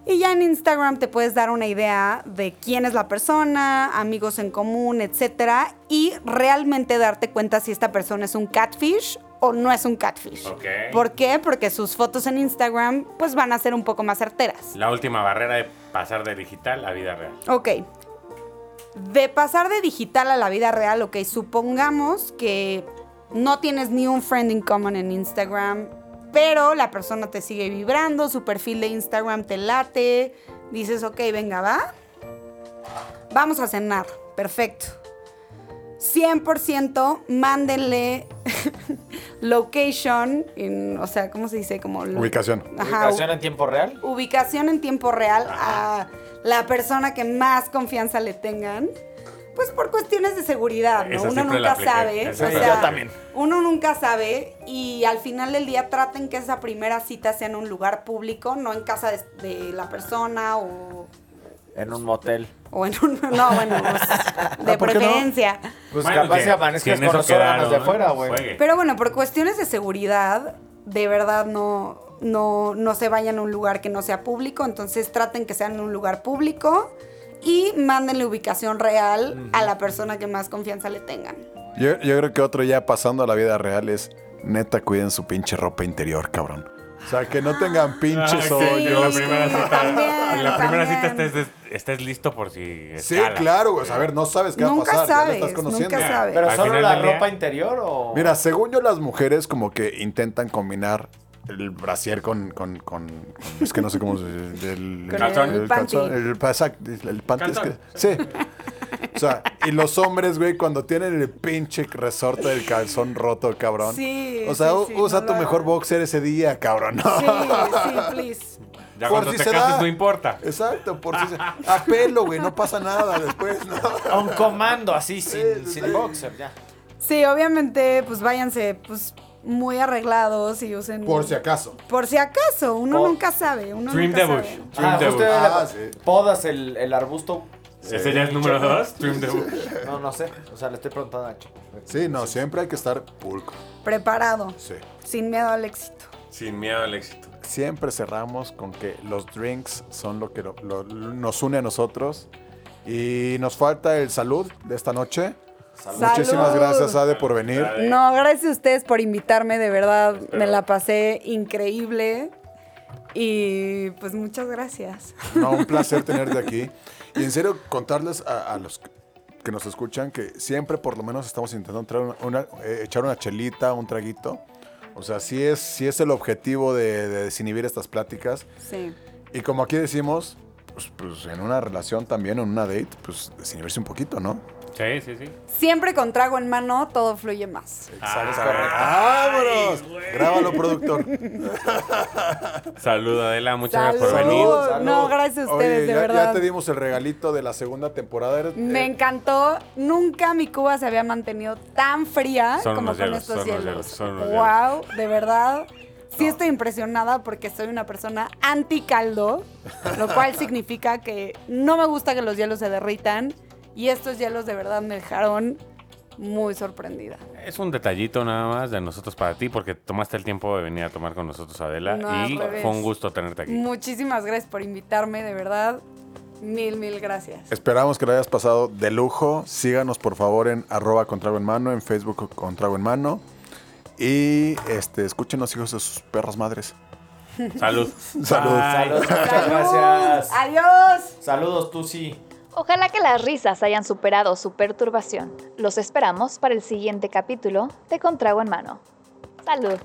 [SPEAKER 5] Y ya en Instagram te puedes dar una idea de quién es la persona, amigos en común, etcétera, y realmente darte cuenta si esta persona es un catfish o no es un catfish.
[SPEAKER 4] Ok.
[SPEAKER 5] ¿Por qué? Porque sus fotos en Instagram pues van a ser un poco más certeras.
[SPEAKER 4] La última barrera de pasar de digital a vida real.
[SPEAKER 5] Ok. De pasar de digital a la vida real, ok, supongamos que no tienes ni un friend in common en Instagram, pero la persona te sigue vibrando, su perfil de Instagram te late, dices, ok, venga, va. Vamos a cenar, perfecto. 100% mándenle location, en- o sea, ¿cómo se dice? Como lo-
[SPEAKER 2] Ubicación.
[SPEAKER 5] Ajá,
[SPEAKER 3] ¿Ubicación en tiempo real?
[SPEAKER 5] ubicación en tiempo real a la persona que más confianza le tengan. Pues por cuestiones de seguridad, ¿no?
[SPEAKER 4] Esa
[SPEAKER 5] Uno
[SPEAKER 4] siempre la
[SPEAKER 5] nunca
[SPEAKER 4] apliqué,
[SPEAKER 5] sabe.
[SPEAKER 4] esa
[SPEAKER 5] o
[SPEAKER 4] siempre.
[SPEAKER 5] sea,
[SPEAKER 4] Yo también.
[SPEAKER 5] Uno nunca sabe y al final del día traten que esa primera cita sea en un lugar público, no en casa de, de la persona o,
[SPEAKER 3] En un motel.
[SPEAKER 5] o en un... No, bueno, pues, de
[SPEAKER 2] Ah, ¿por qué no?
[SPEAKER 5] preferencia.
[SPEAKER 3] Pues
[SPEAKER 4] Bueno,
[SPEAKER 3] capaz
[SPEAKER 4] que-
[SPEAKER 3] se amanezcas
[SPEAKER 4] que en
[SPEAKER 3] con los
[SPEAKER 4] eso
[SPEAKER 3] órganos de
[SPEAKER 4] quedaron,
[SPEAKER 3] afuera,
[SPEAKER 4] ¿no?
[SPEAKER 3] güey.
[SPEAKER 4] Juegue.
[SPEAKER 5] Pero bueno, por cuestiones de seguridad, de verdad no, no, no se vayan a un lugar que no sea público, entonces traten que sea en un lugar público y mándenle ubicación real a la persona que más confianza le tengan.
[SPEAKER 2] Yo, yo creo que otro ya pasando a la vida real es, neta, cuiden su pinche ropa interior, cabrón. O sea, que no tengan
[SPEAKER 4] Ah,
[SPEAKER 2] pinches
[SPEAKER 4] sí,
[SPEAKER 2] hoyos.
[SPEAKER 4] que en la primera cita,
[SPEAKER 5] también,
[SPEAKER 4] en la primera
[SPEAKER 5] también.
[SPEAKER 4] cita estés, des- estés listo por si
[SPEAKER 2] Sí,
[SPEAKER 4] escala.
[SPEAKER 2] claro, güey. O sea, A ver, no sabes qué
[SPEAKER 5] Nunca
[SPEAKER 2] va a pasar. ya lo
[SPEAKER 5] sabes,
[SPEAKER 2] estás conociendo.
[SPEAKER 5] nunca sabes.
[SPEAKER 3] Pero
[SPEAKER 4] Al
[SPEAKER 3] solo
[SPEAKER 4] final
[SPEAKER 3] la
[SPEAKER 4] del día-
[SPEAKER 3] ropa interior o.
[SPEAKER 2] Mira, según yo, las mujeres como que intentan combinar el brasier con... con, con- con- es que no sé cómo se dice. El,
[SPEAKER 5] Con
[SPEAKER 4] Calzón.
[SPEAKER 5] el panty.
[SPEAKER 2] El, pa- exacto, el panty. es
[SPEAKER 4] Calzón.
[SPEAKER 2] que- sí. O sea, y los hombres, güey, cuando tienen el pinche resorte del calzón roto, cabrón.
[SPEAKER 5] Sí,
[SPEAKER 2] O sea,
[SPEAKER 5] sí,
[SPEAKER 2] u-
[SPEAKER 5] sí,
[SPEAKER 2] usa
[SPEAKER 5] no
[SPEAKER 2] tu
[SPEAKER 5] lo
[SPEAKER 2] mejor
[SPEAKER 5] hagan.
[SPEAKER 2] boxer ese día, cabrón. ¿no?
[SPEAKER 5] Sí, sí, please.
[SPEAKER 4] Ya
[SPEAKER 2] Por
[SPEAKER 4] cuando
[SPEAKER 2] si
[SPEAKER 4] te
[SPEAKER 2] se
[SPEAKER 4] cases
[SPEAKER 2] da.
[SPEAKER 4] no importa.
[SPEAKER 2] Exacto, por si se... A pelo, güey, no pasa nada después, ¿no?
[SPEAKER 3] A un comando así, sin,
[SPEAKER 2] sí,
[SPEAKER 3] sin
[SPEAKER 2] sí.
[SPEAKER 3] boxer, ya.
[SPEAKER 5] Sí, obviamente, pues váyanse pues muy arreglados y usen...
[SPEAKER 2] Por si acaso.
[SPEAKER 5] Por si acaso, uno
[SPEAKER 2] Oh.
[SPEAKER 3] Por-
[SPEAKER 5] nunca sabe. Uno
[SPEAKER 4] Dream
[SPEAKER 5] nunca
[SPEAKER 4] the
[SPEAKER 5] sabe.
[SPEAKER 4] bush. Dream
[SPEAKER 3] Ah,
[SPEAKER 4] the
[SPEAKER 3] justo
[SPEAKER 4] bush.
[SPEAKER 3] era la-
[SPEAKER 2] Ah, sí.
[SPEAKER 3] podas el, el arbusto.
[SPEAKER 4] Ese ya es número dos. Dream the bush.
[SPEAKER 3] No, no sé. O sea, le estoy preguntando a Che.
[SPEAKER 2] Sí, no, siempre hay que estar pulco.
[SPEAKER 5] Preparado,
[SPEAKER 2] Sí.
[SPEAKER 5] sin miedo al éxito.
[SPEAKER 4] Sin miedo al éxito.
[SPEAKER 2] Siempre cerramos con que los drinks son lo que lo- lo- nos une a nosotros. Y nos falta el salud de esta noche. Muchísimas
[SPEAKER 5] Salud.
[SPEAKER 2] gracias, Ade, por venir.
[SPEAKER 4] Ade.
[SPEAKER 5] No, gracias a ustedes por invitarme, de verdad me la pasé increíble y pues muchas gracias.
[SPEAKER 2] No, un placer tenerte aquí. Y en serio, contarles a, a los que nos escuchan que siempre por lo menos estamos intentando entrar una- eh, echar una chelita, un traguito. O sea, sí es, sí es el objetivo de, de desinhibir estas pláticas.
[SPEAKER 5] Sí.
[SPEAKER 2] Y como aquí decimos, pues, pues, en una relación también, en una date, pues desinhibirse un poquito, ¿no?
[SPEAKER 4] Sí, sí, sí.
[SPEAKER 5] Siempre con trago en mano todo fluye más.
[SPEAKER 2] Exacto. Ah, ¡Vámonos! Grábalo, productor.
[SPEAKER 4] Salud, Adela. Muchas gracias por
[SPEAKER 5] Salud.
[SPEAKER 4] venir.
[SPEAKER 5] Salud. No, gracias a ustedes,
[SPEAKER 2] Oye,
[SPEAKER 5] de
[SPEAKER 2] ya,
[SPEAKER 5] verdad.
[SPEAKER 2] Ya te dimos el regalito de la segunda temporada. Eres-
[SPEAKER 5] Me
[SPEAKER 2] eh,
[SPEAKER 5] encantó, nunca mi Cuba se había mantenido tan fría
[SPEAKER 4] Son
[SPEAKER 5] como
[SPEAKER 4] unos
[SPEAKER 5] con
[SPEAKER 4] hielos,
[SPEAKER 5] estos
[SPEAKER 4] son unos
[SPEAKER 5] hielos.
[SPEAKER 4] hielos, son unos
[SPEAKER 5] wow, de verdad. Sí estoy impresionada porque soy una persona anti-caldo, lo cual significa que no me gusta que los hielos se derritan y estos hielos de verdad me dejaron muy sorprendida.
[SPEAKER 4] Es un detallito nada más de nosotros para ti, porque tomaste el tiempo de venir a tomar con nosotros, Adela.
[SPEAKER 5] No, al
[SPEAKER 4] y
[SPEAKER 5] revés.
[SPEAKER 4] fue un gusto tenerte aquí.
[SPEAKER 5] Muchísimas gracias por invitarme, de verdad. Mil, mil gracias.
[SPEAKER 2] Esperamos que lo hayas pasado de lujo. Síganos, por favor, en arroba con trago en mano, en Facebook con trago en mano. Y este, escúchenos, hijos de sus perras madres.
[SPEAKER 4] Salud.
[SPEAKER 2] Salud.
[SPEAKER 4] Bye.
[SPEAKER 3] Saludos, muchas
[SPEAKER 5] ¡Salud!
[SPEAKER 3] gracias.
[SPEAKER 5] ¡Adiós!
[SPEAKER 3] Saludos, tú sí.
[SPEAKER 1] Ojalá que las risas hayan superado su perturbación. Los esperamos para el siguiente capítulo de Contrago en Mano. Salud.